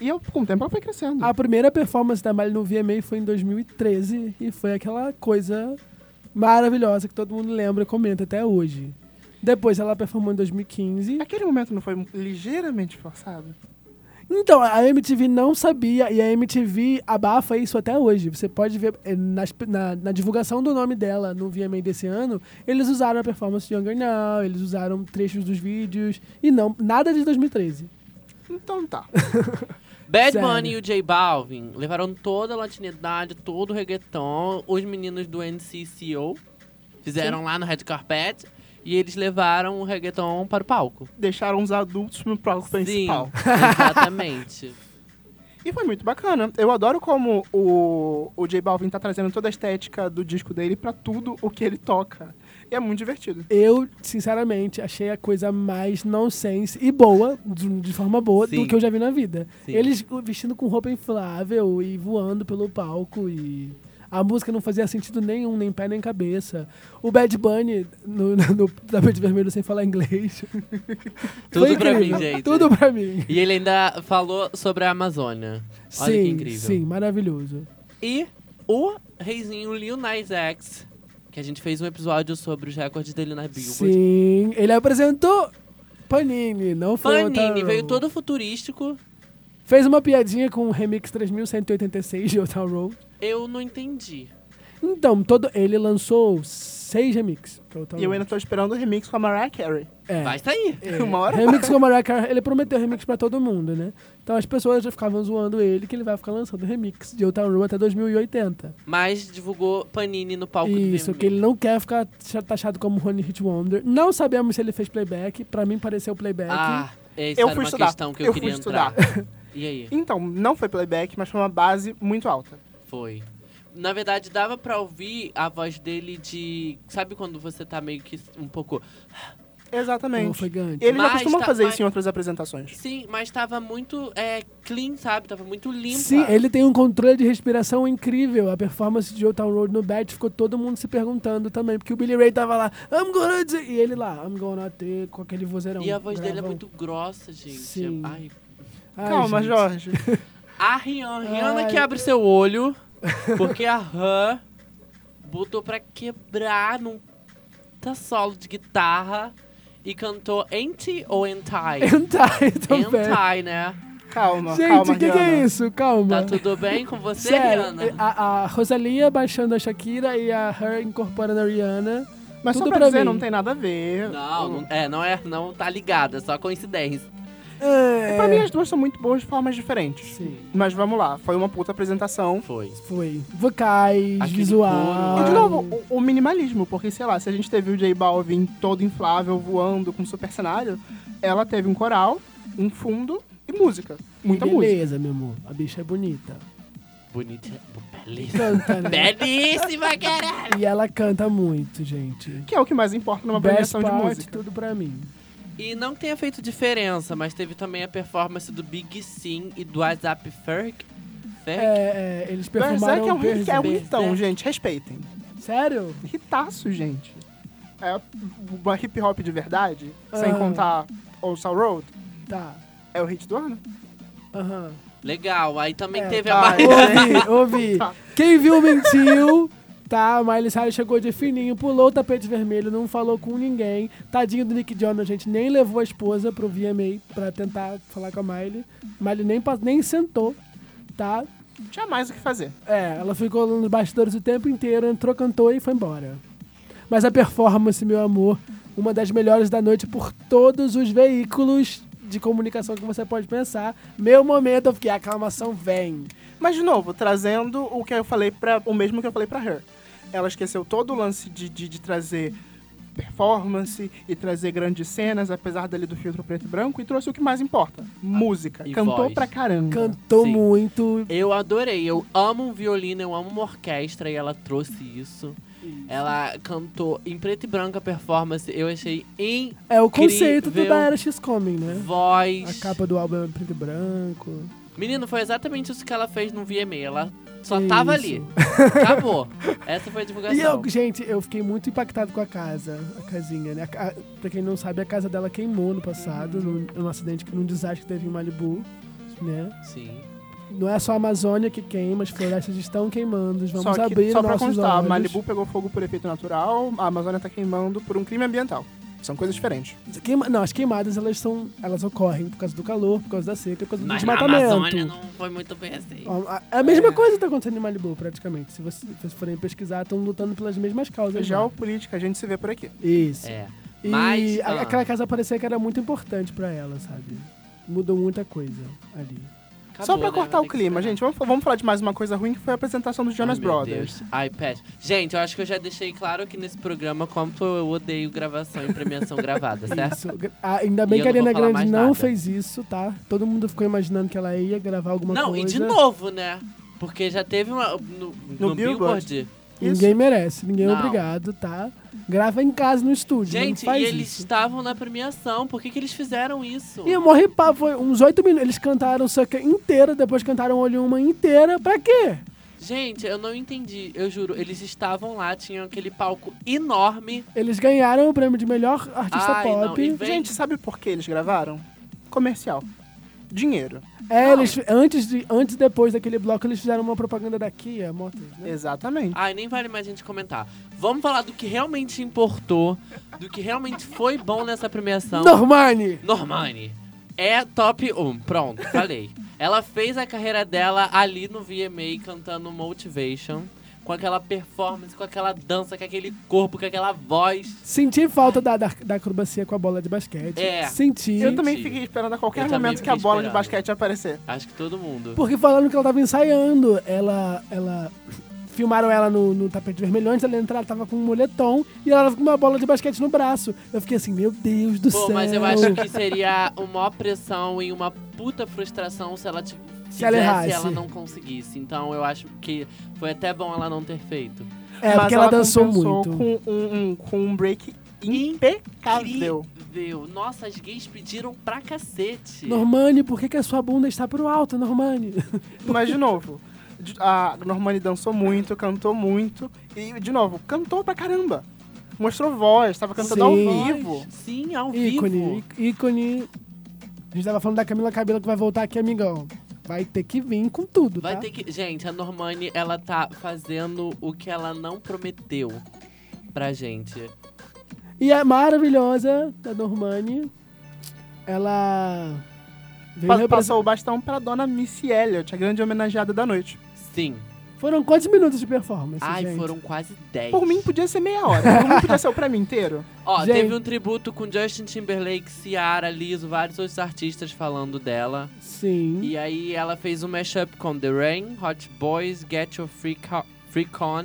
C: E eu, com o tempo ela foi crescendo.
A: A primeira performance da Miley no VMA foi em 2013 e foi aquela coisa maravilhosa que todo mundo lembra e comenta até hoje. Depois ela performou em 2015.
C: Aquele momento não foi ligeiramente forçado?
A: Então, a MTV não sabia e a MTV abafa isso até hoje. Você pode ver eh, nas- na, na divulgação do nome dela no VMA desse ano, eles usaram a performance de Younger Now, eles usaram trechos dos vídeos e não, nada de 2013.
C: Então tá.
B: Bad
A: Sério.
B: Bunny e o J Balvin levaram toda a latinidade, todo o reggaeton. Os meninos do NCCO fizeram lá no Red Carpet. E eles levaram o reggaeton para o palco.
C: Deixaram os adultos no palco principal.
B: Sim, exatamente.
C: E foi muito bacana. Eu adoro como o, o J Balvin tá trazendo toda a estética do disco dele pra tudo o que ele toca. E é muito divertido.
A: Eu, sinceramente, achei a coisa mais nonsense e boa, de, de forma boa,
B: Sim.
A: do que eu já vi na vida.
B: Sim.
A: Eles uh, vestindo com roupa inflável e voando pelo palco e. A música não fazia sentido nenhum, nem pé nem cabeça. O Bad Bunny no, no, no tapete vermelho sem falar inglês. Foi
B: Tudo pra mim,
A: incrível.
B: gente.
A: Tudo pra mim.
B: E ele ainda falou sobre a Amazônia. Olha
A: sim,
B: que incrível.
A: sim, maravilhoso.
B: E o reizinho Lil Nas X, que a gente fez um episódio sobre os recordes dele na Billboard.
A: Sim, ele apresentou Panini, não foi
B: Panini
A: Otarou.
B: veio todo futurístico.
A: Fez uma piadinha com o Remix 3186 de Hotel Road.
B: Eu não entendi.
A: Então, todo, ele lançou seis remixes. pra Otaru.
C: E eu ainda tô esperando o remix com a Mariah Carey.
A: É.
B: Vai sair.
A: É.
C: Uma hora
A: Remix com a Mariah Carey, ele prometeu remix pra todo mundo, né? Então as pessoas já ficavam zoando ele que ele vai ficar lançando remix de Old Town Road até 2080.
B: Mas divulgou Panini no palco
A: Isso,
B: do VMA.
A: que ele não quer ficar cha- taxado como Honey Hit Wonder. Não sabemos se ele fez playback, pra mim pareceu playback.
B: Ah, essa
C: Eu
B: era uma
C: fui estudar.
B: questão que eu,
C: Eu fui
B: queria
C: estudar.
B: entrar. E aí?
C: Então, não foi playback, mas foi uma base muito alta.
B: Foi. Na verdade, dava pra ouvir a voz dele de... Sabe quando você tá meio que um pouco...
A: Não
C: Exatamente.
A: foi gigante.
C: Ele já
B: Mas
C: costuma
B: tá-
C: fazer
B: mas-
C: isso em outras apresentações.
B: Sim, mas tava muito é, clean, sabe? Tava muito limpo.
A: Sim, ele tem um controle de respiração incrível. A performance de Old Town Road no Bat ficou todo mundo se perguntando também, porque o Billy Ray tava lá, I'm gonna do... E ele lá, I'm gonna ter, com aquele vozeirão.
B: E a voz dele é
A: gravão.
B: muito grossa, gente.
A: Sim.
B: Ai,
A: Ai,
C: Calma,
A: gente.
C: Jorge.
B: A Rihanna, Rihanna
A: Ai.
B: que abre seu olho, porque a Han botou pra quebrar num tá solo de guitarra e cantou Enti ou Entai?
A: Hentai também.
B: Entai, né?
C: Calma,
A: Gente,
C: calma,
A: o que, que é isso? Calma.
B: Tá tudo bem com você,
A: Sério, é,
B: Rihanna?
A: a, a Rosalia baixando a Shakira e a Her incorporando a Rihanna.
C: Mas
A: Tudo
C: só pra
A: pra
C: dizer,
A: mim.
C: não tem nada a ver.
B: Não, não, é, não é, não tá ligada, é só coincidência.
A: É,
C: Pra mim, as duas são muito boas de formas diferentes.
A: Sim,
C: Mas vamos lá, foi uma puta apresentação.
B: Foi.
A: foi. Vocais,
B: Aquele
A: visual.
B: coro.
C: E de novo, o, o minimalismo, porque sei lá, se a gente teve o J Balvin todo inflável, voando com super cenário, ela teve um coral, um fundo e música. Muita música.
A: Beleza, meu amor. A bicha é bonita.
B: Bonita, belíssima.
A: Canta, né?
B: Belíssima, caralho!
A: E ela canta muito, gente.
C: Que é o que mais importa numa
A: Best
C: premiação
A: part,
C: de música.
A: tudo pra mim.
B: E não que tenha feito diferença, mas teve também a performance do Big Sim e do WhatsApp Ferg. Ferg?
A: É, é, eles perfumaram
C: Berserk é um, hit, é um
A: Berserk.
C: hitão, gente, respeitem.
A: Sério?
C: Hitaço, gente. É uma hip hop de verdade, sem
A: Ah.
C: contar Old Soul Road,
A: Tá.
C: é o hit do ano.
A: Aham.
B: Legal, aí também
A: É,
B: teve
C: tá,
B: a Maria.
A: Ouvi, ouvi.
C: Tá.
A: Quem viu mentiu. Tá, a Miley Cyrus chegou de fininho, pulou o tapete vermelho, não falou com ninguém. Tadinho do Nick Jonas, gente, nem levou a esposa pro VMA pra tentar falar com a Miley. Miley nem, pa- nem sentou, tá?
C: Tinha mais o que fazer.
A: É, ela ficou nos bastidores o tempo inteiro, entrou, cantou e foi embora. Mas a performance, meu amor, uma das melhores da noite por todos os veículos de comunicação que você pode pensar. Meu momento, eu fiquei, a aclamação vem.
C: Mas, de novo, trazendo o que eu falei para o mesmo que eu falei pra Her. Ela esqueceu todo o lance de, de, de trazer performance e trazer grandes cenas, apesar dali do filtro preto e branco, e trouxe o que mais importa: música.
B: e
C: Cantou
B: voz.
C: pra caramba.
A: Cantou
B: Sim.
A: muito.
B: Eu adorei, eu amo um violino, eu amo uma orquestra e ela trouxe isso. Ela cantou em preto e branco a performance, eu achei em
A: É o conceito do
B: Incrível.
C: um
A: da Era X Coming, né? A
B: voz.
A: capa do álbum é preto e branco.
B: Menino, foi exatamente isso que ela fez no VMA, ela só
A: Isso.
B: tava ali. Acabou. Essa foi a
A: E eu,
B: divulgação.
A: gente, eu fiquei muito impactado com a casa, a casinha, né? A, ca- pra quem não sabe, a casa dela queimou no passado, num, num acidente, num desastre que teve em Malibu, né?
B: Sim.
A: Não é só a Amazônia que queima, as florestas estão queimando, vamos
C: só que,
A: abrir
C: só pra
A: nossos
C: constar,
A: olhos.
C: Malibu pegou fogo por efeito natural, a Amazônia tá queimando por um crime ambiental. São coisas diferentes.
A: Queima- não, as queimadas elas são, elas ocorrem por causa do calor, por causa da seca, por causa do
B: Mas na Amazônia
A: desmatamento.
B: não foi muito bem assim.
A: Ó, a- É a mesma
C: É.
A: coisa que tá acontecendo em Malibu, praticamente. Se vocês se vocês forem pesquisar, estão lutando pelas mesmas causas. lá.
C: Geopolítica, a gente se vê por aqui.
A: Isso.
B: É.
A: E
B: Mas,
A: a-
B: ah.
A: aquela casa parecia que era muito importante pra ela, sabe? Mudou muita coisa ali.
C: só
B: Acabou,
C: pra
B: né?
C: cortar
B: Vai
C: o
B: ter que
C: clima,
B: esperar.
C: gente, vamos, vamos falar de mais uma coisa ruim que foi a apresentação dos Jonas
B: Ai, meu
C: Brothers.
B: Deus. Ai, Pet. Gente, eu acho que eu já deixei claro aqui nesse programa quanto eu odeio gravação e premiação gravada, certo?
A: Isso. Ah, Ainda bem
B: E
A: que a
B: eu não vou
A: Ariana
B: falar
A: Grande
B: mais
A: não
B: nada.
A: fez isso, tá? Todo mundo ficou imaginando que ela ia gravar alguma
B: Não,
A: coisa.
B: e de novo, né? Porque já teve uma. No, no
C: Billboard.
B: Billboard.
C: Isso.
A: Ninguém merece, ninguém é
B: Não.
A: obrigado, tá? Grava em casa, no estúdio,
B: Gente,
A: não faz
B: e eles
A: isso.
B: estavam na premiação. Por que, que eles fizeram isso?
A: E eu morri pá, foi uns oito minutos. Eles cantaram Sucker inteira, depois cantaram Olho Uma inteira. Pra quê?
B: Gente, eu não entendi. Eu juro, eles estavam lá, tinham aquele palco enorme.
A: Eles ganharam o prêmio de melhor artista
B: Ai, não,
A: pop.
B: e vem-
C: Gente, sabe por que eles gravaram? Comercial. Dinheiro.
A: É, eles, antes, de, antes e depois daquele bloco, eles fizeram uma propaganda da Kia Motors, né?
C: Exatamente.
B: Ai, nem vale mais a gente comentar. Vamos falar do que realmente importou, do que realmente foi bom nessa premiação.
A: Normani!
B: Normani é top 1. Pronto, falei. Ela fez a carreira dela ali no VMA cantando Motivation. Com aquela performance, com aquela dança, com aquele corpo, com aquela voz.
A: Senti falta da, da, da acrobacia com a bola de basquete.
B: É.
A: Senti.
C: Eu também fiquei esperando a qualquer
B: Eu também
C: momento que a
B: fiquei
C: bola de
B: esperando.
C: basquete aparecer.
B: Acho que todo mundo.
A: Porque falaram que ela tava ensaiando. Ela. ela filmaram ela no, no tapete vermelho. Antes dela entrar, ela tava com um moletom e ela tava com uma bola de basquete no braço. Eu fiquei assim, meu Deus do
B: Pô,
A: céu.
B: mas eu acho que seria uma pressão e uma puta frustração se ela tipo,
A: Se ela
B: fizesse
A: errasse.
B: e ela não conseguisse. Então eu acho que foi até bom ela não ter feito.
A: É, porque ela, dançou
C: compensou
A: muito.
C: Com um, um- com um break impecável.
B: Incrível. Nossa, as gays pediram pra cacete.
A: Normani, por que, que a sua bunda está pro alto, Normani?
C: Mas, de novo, de- a Normani dançou muito, cantou muito. E, de novo, cantou pra caramba. Mostrou voz, tava cantando
A: Sim.
C: ao vivo.
B: Sim, ao
A: ícone,
B: vivo.
A: í- ícone A gente tava falando da Camila Cabelo que vai voltar aqui, amigão. Vai ter que vir com tudo,
B: Vai
A: tá?
B: ter que. Gente, a Normani, ela tá fazendo o que ela não prometeu pra gente.
A: E a maravilhosa da Normani, ela... veio
C: Pa-
A: represent-
C: Passou o bastão pra dona Missy Elliott, a grande homenageada da noite.
B: Sim.
A: Foram quantos minutos de performance,
B: Ai,
A: gente?
B: foram quase 10.
C: Por mim, podia ser meia hora. Por mim, podia ser o prêmio inteiro.
B: Ó,
A: Gente.
B: teve um tributo com Justin Timberlake, Ciara, Liso, vários outros artistas falando dela.
A: Sim.
B: E aí ela fez um mashup com The Rain, Hot Boys, Get Your Freak, Ho- Freak On,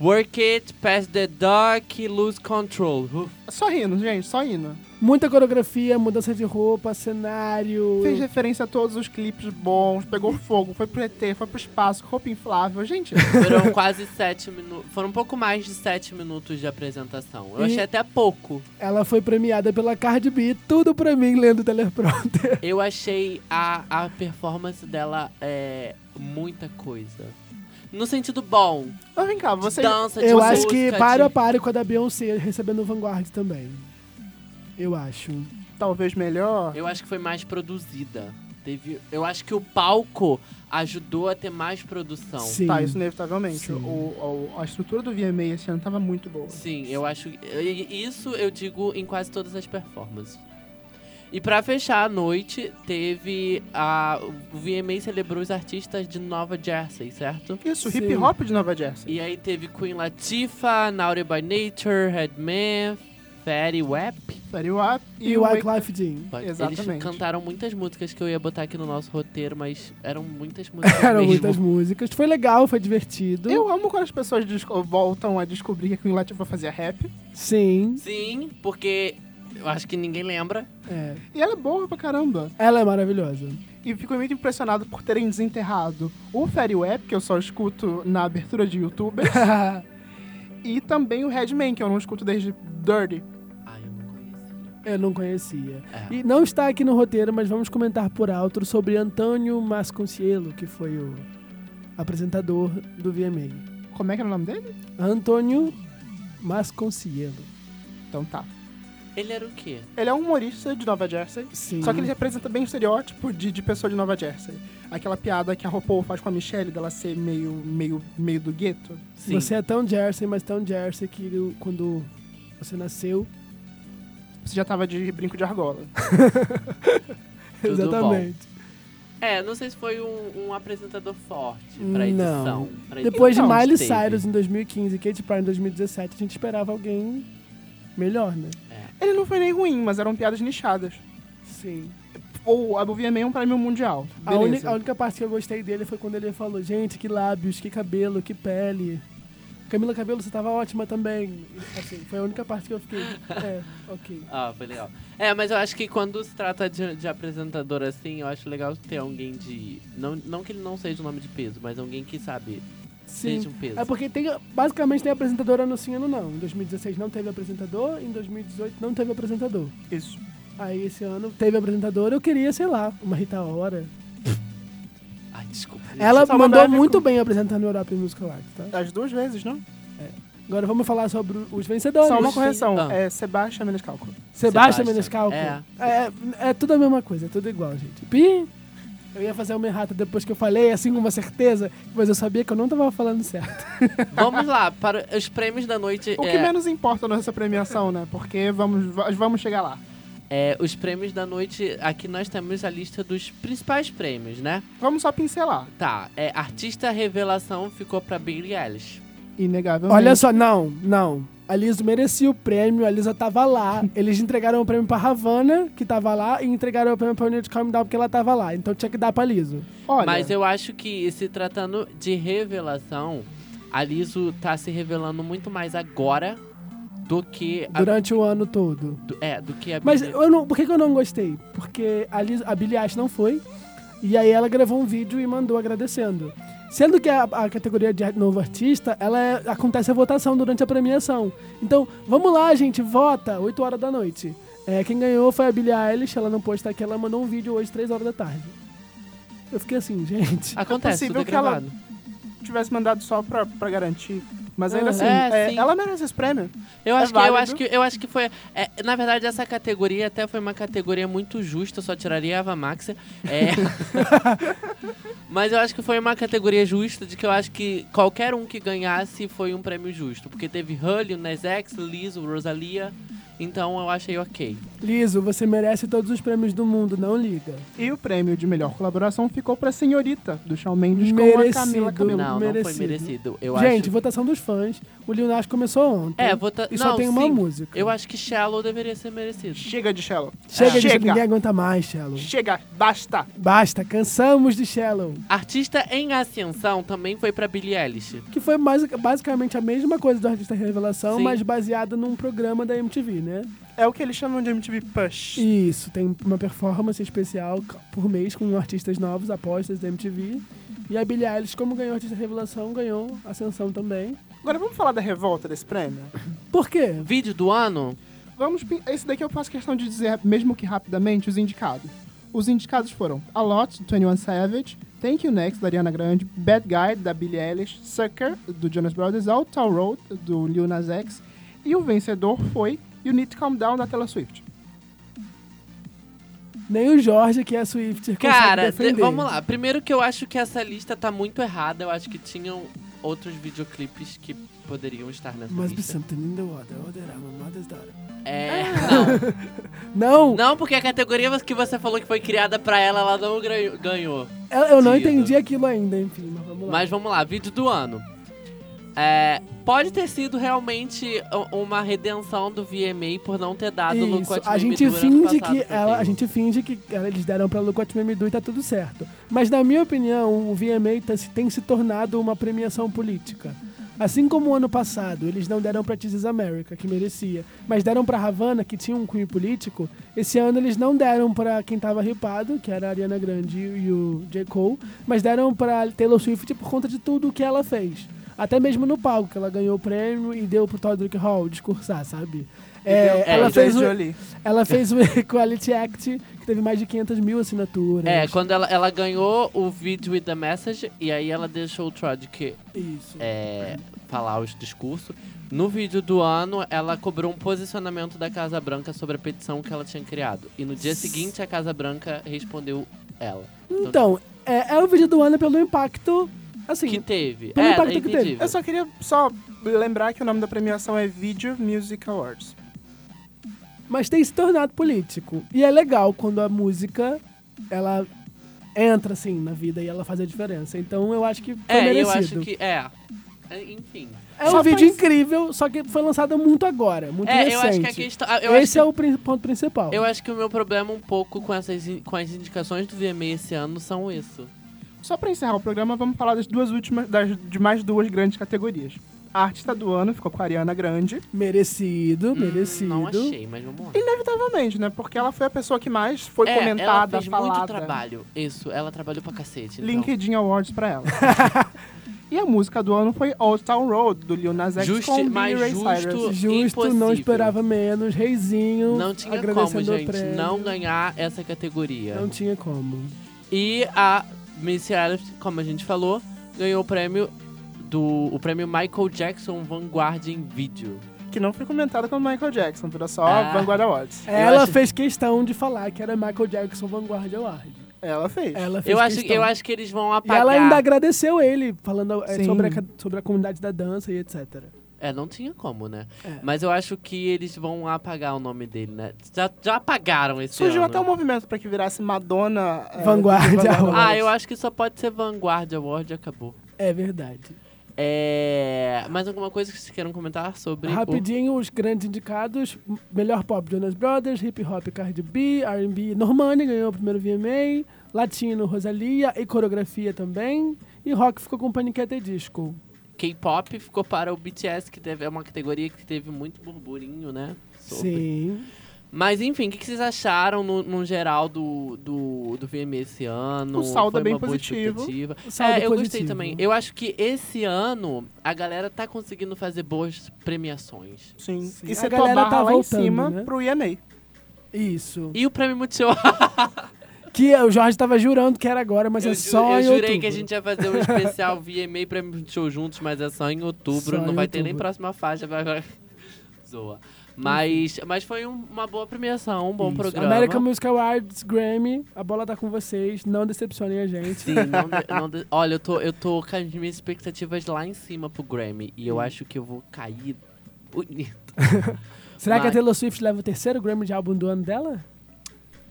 B: Work It, Pass the Dark e Lose Control. Uf,
C: Só rindo, gente, só indo.
A: Muita coreografia, mudança de roupa, cenário...
C: Fez referência a todos os clipes bons, pegou fogo, foi pro ET, foi pro espaço, roupa inflável. Gente,
B: Foram quase sete minutos. Foram um pouco mais de sete minutos de apresentação. Eu
A: E-
B: achei até pouco.
A: Ela foi premiada pela Cardi B, tudo pra mim, lendo o teleprompter.
B: Eu achei a, a performance dela é, muita coisa. No sentido bom.
C: mas vem cá,
B: De
C: vocês...
B: dança, Tá de
A: Eu
B: música,
A: acho que
B: de-
A: paro a paro com a da Beyoncé recebendo o Vanguard também. Eu acho.
C: Talvez melhor...
B: Eu acho que foi mais produzida. Teve, eu acho que o palco ajudou a ter mais produção.
A: Sim.
C: Tá, isso inevitavelmente.
A: Sim.
C: O, o- a estrutura do VMA esse ano tava muito boa.
B: Sim, eu acho. e- Isso eu digo em quase todas as performances. E pra fechar a noite, teve a. O VMA celebrou os artistas de Nova Jersey, certo?
C: Isso,
A: Sim.
C: hip hop de Nova Jersey.
B: E aí teve Queen Latifah, Naughty by Nature, Headman, Fatty Wap.
C: Fetty Wap
A: E,
C: e,
A: o
C: o
A: Wyclef
C: Wake...
A: Life Jean.
B: Eles
C: Exatamente.
B: cantaram muitas músicas que eu ia botar aqui no nosso roteiro, mas eram muitas músicas
A: Eram
B: mesmo.
A: muitas músicas. Foi legal, foi divertido.
C: Eu amo quando as pessoas desco- voltam a descobrir que o Latifah fazia rap.
A: Sim.
B: Sim, porque eu acho que ninguém lembra.
A: é.
C: E ela é boa pra caramba.
A: Ela é maravilhosa.
C: E fico muito impressionado por terem desenterrado o Fairy Web, que eu só escuto na abertura de YouTube, e também o Redman, que eu não escuto desde Dirty.
B: Ai, eu não conheço.
A: eu não conhecia.
B: É.
A: E não está aqui no roteiro, mas vamos comentar por alto sobre Antônio Masconcielo, que foi o apresentador do VMA.
C: Como é que era o nome dele?
A: Antônio Masconcielo.
C: Então tá.
B: Ele era o quê?
C: Ele é um humorista de Nova Jersey,
A: Sim.
C: só que ele representa bem o estereótipo de, de pessoa de Nova Jersey. Aquela piada que a RuPaul faz com a Michelle, dela ser meio, meio, meio do gueto.
B: Sim.
A: Você é tão Jersey, mas tão Jersey que o- quando você nasceu.
C: Você já tava de brinco de argola.
B: Tudo bom.
A: Exatamente.
B: É, não sei se foi um, um apresentador forte pra edição.
A: Não.
B: pra edição
A: Depois de
C: Então,
A: Miley
B: teve.
A: Cyrus em 2015 e Katy Perry em 2017, a gente esperava alguém melhor, né?
B: É.
C: Ele não foi nem ruim, mas eram piadas nichadas.
A: Sim.
C: Ou a Bouvier é um prêmio mundial.
A: A, uni-
C: Beleza.
A: a única parte que eu gostei dele foi quando ele falou: gente, que lábios, que cabelo, que pele. Camila Cabelo, você tava ótima também. Assim, foi a única parte que eu fiquei. É, ok.
B: Ah, foi legal. É, mas eu acho que quando se trata de, de apresentador assim, eu acho legal ter alguém de. Não, não que ele não seja um nome de peso, mas alguém que sabe,
A: Sim.
B: seja um peso.
A: É porque tem, basicamente tem apresentador anunciando, não. Em 2016 não teve apresentador, em 2018 não teve apresentador.
C: Isso.
A: Aí esse ano teve apresentadora, eu queria, sei lá, uma Rita Ora.
B: Ai, desculpa.
A: Ela
C: Só
A: mandou
C: mandava-
A: muito bem apresentando o Europa Musical Act, tá?
C: As duas vezes, não?
A: Agora vamos falar sobre os vencedores.
C: Só uma correção.
B: Ah.
C: É Sebastião Menescalco.
A: Sebastião
B: Sebastião.
A: Menescalco. É.
B: É.
A: É, tudo a mesma coisa, é tudo igual, gente. Pi! Eu ia fazer uma errata depois que eu falei, assim, com uma certeza, mas eu sabia que eu não tava falando certo.
B: Vamos lá, para os prêmios da noite.
C: O
B: é,
C: que menos importa nessa premiação, né? Porque vamos, va- vamos chegar lá.
B: é, os prêmios da noite, aqui nós temos a lista dos principais prêmios, né?
C: Vamos só pincelar.
B: Tá, é, artista revelação ficou pra Billie Eilish.
C: Inegavelmente.
A: Olha só, não, não. A Liso merecia o prêmio, a Lisa tava lá. Eles entregaram o prêmio pra Havana, que tava lá, e entregaram o prêmio pra Unity Calm Down, porque ela tava lá. Então tinha que dar pra Liso.
C: Olha,
B: Mas eu acho que se tratando de revelação, a Liso tá se revelando muito mais agora do que a,
A: Durante o ano todo.
B: do- é, do que a
A: Mas
B: Billie-
A: eu não, por que, que eu não gostei? Porque a, Liz, a Billie Eilish não foi. E aí ela gravou um vídeo e mandou agradecendo. Sendo que a, a categoria de novo artista, ela é- acontece a votação durante a premiação. Então, vamos lá, gente, vota, 8 horas da noite. É, quem ganhou foi a Billie Eilish, ela não pôde estar aqui, ela mandou um vídeo hoje, 3 horas da tarde. Eu fiquei assim, gente.
B: Acontece,
C: é possível
B: tudo é
C: que ela-
B: gravado.
C: tivesse mandado só pra, pra garantir. Mas ainda
B: Ah,
C: assim,
B: é,
C: é,
B: sim.
C: ela merece esse prêmio.
B: Eu
C: É
B: acho, que, eu,
C: válido.
B: acho que, eu acho que foi. é, na verdade, essa categoria até foi uma categoria muito justa, só tiraria a Ava Max. É. Mas eu acho que foi uma categoria justa, de que eu acho que qualquer um que ganhasse foi um prêmio justo. Porque teve Hully, o Nas X, Lizzo, Rosalia. Então eu achei ok.
A: Liso, você merece todos os prêmios do mundo, não liga.
C: E o prêmio de melhor colaboração ficou pra Senhorita, do Shawn Mendes, com a Camila
A: Merecido.
C: Cabello.
B: não, não foi
A: merecido.
B: merecido. Eu
A: Gente,
B: acho...
A: votação dos fãs. O Lil Nas começou ontem.
B: É, vota...
A: E
B: não,
A: só tem uma
B: sim.
A: música.
B: Eu acho que Shallow deveria ser merecido.
C: Chega de Shallow.
A: Chega
C: É.
A: disso,
C: Chega.
A: ninguém aguenta mais, Shallow.
C: Chega, basta.
A: Basta, cansamos de Shallow.
B: Artista em ascensão também foi pra Billie Eilish.
A: Que foi mais- basicamente a mesma coisa do Artista Revelação,
B: Sim.
A: mas baseada num programa da MTV, né?
C: É o que eles chamam de MTV Push.
A: Isso, tem uma performance especial c- por mês com artistas novos, apostas da MTV. E a Billie Eilish, como ganhou Artista Revelação, ganhou Ascensão também.
C: Agora vamos falar da revolta desse prêmio?
A: Por quê?
B: Vídeo do ano?
C: Vamos, pin- esse daqui eu faço questão de dizer, mesmo que rapidamente, os indicados. Os indicados foram A Lot, do 21 Savage, Thank You Next, da Ariana Grande, Bad Guy, da Billie Eilish, Sucker, do Jonas Brothers, All Town Road, do Lil Nas X, e o vencedor foi You Need to Calm Down, da Taylor Swift.
A: Nem o Jorge, que é Swift, consegue
B: Cara, de-
A: defender.
B: vamos lá. Primeiro que eu acho que essa lista tá muito errada. Eu acho que tinham outros videoclipes que poderiam estar nessa
A: Must be
B: lista.
A: something in the water, oh, there are my mother's daughter.
B: É, não.
A: Não,
B: Não, porque a categoria que você falou que foi criada pra ela, ela não gra- ganhou.
A: eu, eu não
B: Entendido.
A: entendi aquilo ainda, enfim, mas vamos lá.
B: Mas vamos lá, vídeo do ano. É, pode ter sido realmente u- uma redenção do VMA por não ter dado o
A: Isso,
B: Look What
A: a
B: You Made
A: gente
B: Me Do ano
A: finge
B: passado
A: que
B: pra
A: ela, a
B: Taylor.
A: gente finge que ela- eles deram pra Look What You Made Me Do e tá tudo certo. Mas na minha opinião, o VMA tá se- tem se tornado uma premiação política. Assim como o ano passado, eles não deram pra This Is America, que merecia, mas deram pra Havana, que tinha um cunho político. Esse ano eles não deram pra quem tava ripado, que era a Ariana Grande e o J. Cole, mas deram pra Taylor Swift por conta de tudo que ela fez. Até mesmo no palco, que ela ganhou o prêmio e deu pro Todrick Hall discursar, sabe? É,
B: É,
A: ela
B: o
A: fez o,
C: Jolie.
A: ela fez o Equality Act, que teve mais de 500 mil assinaturas.
B: É, quando ela, ela ganhou o vídeo with the message, e aí ela deixou o Trojic
A: Isso.
B: é, falar os discursos. No vídeo do ano, ela cobrou um posicionamento da Casa Branca sobre a petição que ela tinha criado. E no dia seguinte, a Casa Branca respondeu ela.
A: Então, é, é o vídeo do ano pelo impacto, assim...
B: que teve.
A: pelo
B: é,
A: impacto
B: é
A: que teve.
B: entendível.
C: Eu só queria só lembrar que o nome da premiação é Video Music Awards.
A: Mas tem se tornado político. E é legal quando a música, ela entra, assim, na vida e ela faz a diferença. Então, eu acho que foi
B: É,
A: merecido.
B: eu acho que. É. É, Enfim.
A: É um
C: Só
A: vídeo
C: faz-
A: incrível, só que foi lançado muito agora, muito
B: é,
A: recente.
B: eu acho que a questão. Eu acho
A: Esse
B: que-
A: é o prin- ponto principal.
B: eu acho que o meu problema um pouco com, essas, in- com as indicações do VMA esse ano são isso.
C: Só pra encerrar o programa, vamos falar das duas últimas, das, de mais duas grandes categorias. A artista do ano ficou com a Ariana Grande,
A: Merecido,
B: Hum,
A: merecido.
B: Não achei, mas vamos lá.
C: inevitavelmente, né? Porque ela foi a pessoa que mais foi
B: é,
C: comentada,
B: ela fez
C: falada.
B: muito trabalho. Isso, ela trabalhou pra cacete. então-
C: LinkedIn Awards pra ela. e a música do ano foi Old Town Road, do Lil Nas X
B: Justi-
C: com
B: mas
C: Billy Ray
B: justo-
C: Cyrus.
A: Justo, não
B: Impossível.
A: esperava menos. Reizinho,
B: Não tinha como,
A: agradecendo o
B: gente,
A: prêmio.
B: não ganhar essa categoria.
A: Não tinha como.
B: E a Missy Elliott, como a gente falou, ganhou o prêmio do o prêmio Michael Jackson Vanguard em vídeo.
C: Que não foi comentada como Michael Jackson, era só
B: Ah.
C: Vanguard Awards.
A: Ela
B: acho-
A: fez questão de falar que era Michael Jackson Vanguard Award.
C: Ela fez.
A: Ela fez
B: Eu acho,
A: questão.
B: eu acho que eles vão
A: E
B: apagar.
A: ela ainda agradeceu ele, falando é,
C: Sim.
A: sobre a, ca- sobre a comunidade da dança e etc.
B: É, não tinha como, né?
A: É.
B: Mas eu acho que eles vão apagar o nome dele, né? Já, já apagaram esse
C: Surgiu
B: ano.
C: até um movimento pra que virasse Madonna. é,
A: Vanguard Awards.
B: Ah, eu acho que só pode ser Vanguard Award e acabou.
A: É verdade.
B: É... Mais alguma coisa que vocês queiram comentar sobre o
A: Rapidinho, os grandes indicados: m- melhor pop Jonas Brothers, hip hop Cardi B, RB Normani ganhou o primeiro VMA, latino Rosalia e coreografia também, e rock ficou com Panic! At the Disco.
B: K-pop ficou para o BTS, que teve, é uma categoria que teve muito burburinho, né? Sobre.
A: Sim.
B: Mas enfim, o que, que vocês acharam no, no geral do, do, do VMA esse ano?
C: O saldo
B: Foi
C: é bem
B: uma boa
C: positivo.
B: expectativa?
A: O saldo
B: é, eu gostei
A: positivo.
B: também. Eu acho que esse ano a galera tá conseguindo fazer boas premiações.
C: Sim.
A: Sim.
C: E
A: A
C: setou a
A: galera
C: barra
A: tá
C: lá
A: voltando,
C: em cima
A: né?
C: pro EMA.
A: Isso.
B: E o prêmio Multishow?
A: Que o Jorge tava jurando que era agora, mas
B: eu
A: é
B: ju-
A: só
B: eu
A: em
B: jurei
A: outubro.
B: que a gente ia fazer um especial via e-mail pra show juntos, mas é só em outubro.
A: Só
B: não
A: em
B: vai ter nem
A: outubro.
B: próxima faixa. vai- vai- Zoa. Mas, mas foi um- uma boa premiação, um bom
A: Isso.
B: programa.
A: American Music Awards, Grammy, a bola tá com vocês, não decepcionem a gente.
B: Sim, não de- não de- olha, eu tô, eu tô com as minhas expectativas lá em cima pro Grammy. E
A: Hum.
B: eu acho que eu vou cair bonito.
A: Será que a
B: Mas-
A: Taylor Swift leva o terceiro Grammy de álbum do ano dela?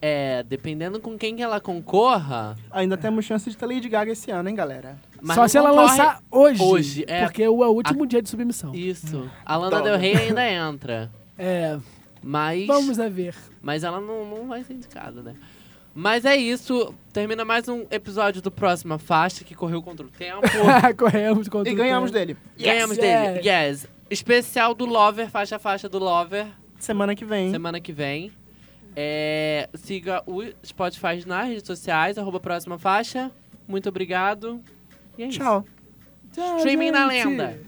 B: É, dependendo com quem que ela concorra.
C: Ainda temos chance de ter Lady Gaga esse ano, hein, galera?
B: Mas
A: Só
B: não
A: se ela
B: concorre-
A: lançar hoje.
B: hoje, é.
A: Porque é o último dia de submissão.
B: Isso. A
A: Hum.
B: Lana
C: Toma.
B: Del Rey ainda entra.
A: É,
B: Mas,
A: vamos a ver.
B: mas ela não, não vai ser indicada, né? Mas é isso. Termina mais um episódio do Próxima Faixa, que correu contra o tempo.
A: Corremos contra
C: E
A: o
C: ganhamos
A: tempo.
C: dele.
B: Ganhamos
A: Yeah.
B: dele. Yes. Especial do Lover, faixa a faixa do Lover.
C: Semana que vem.
B: semana que vem. É, siga o Spotify nas redes sociais, arroba próxima faixa. Muito obrigado. E é isso.
C: Tchau.
A: Tchau,
B: Streaming na
A: gente.
B: lenda.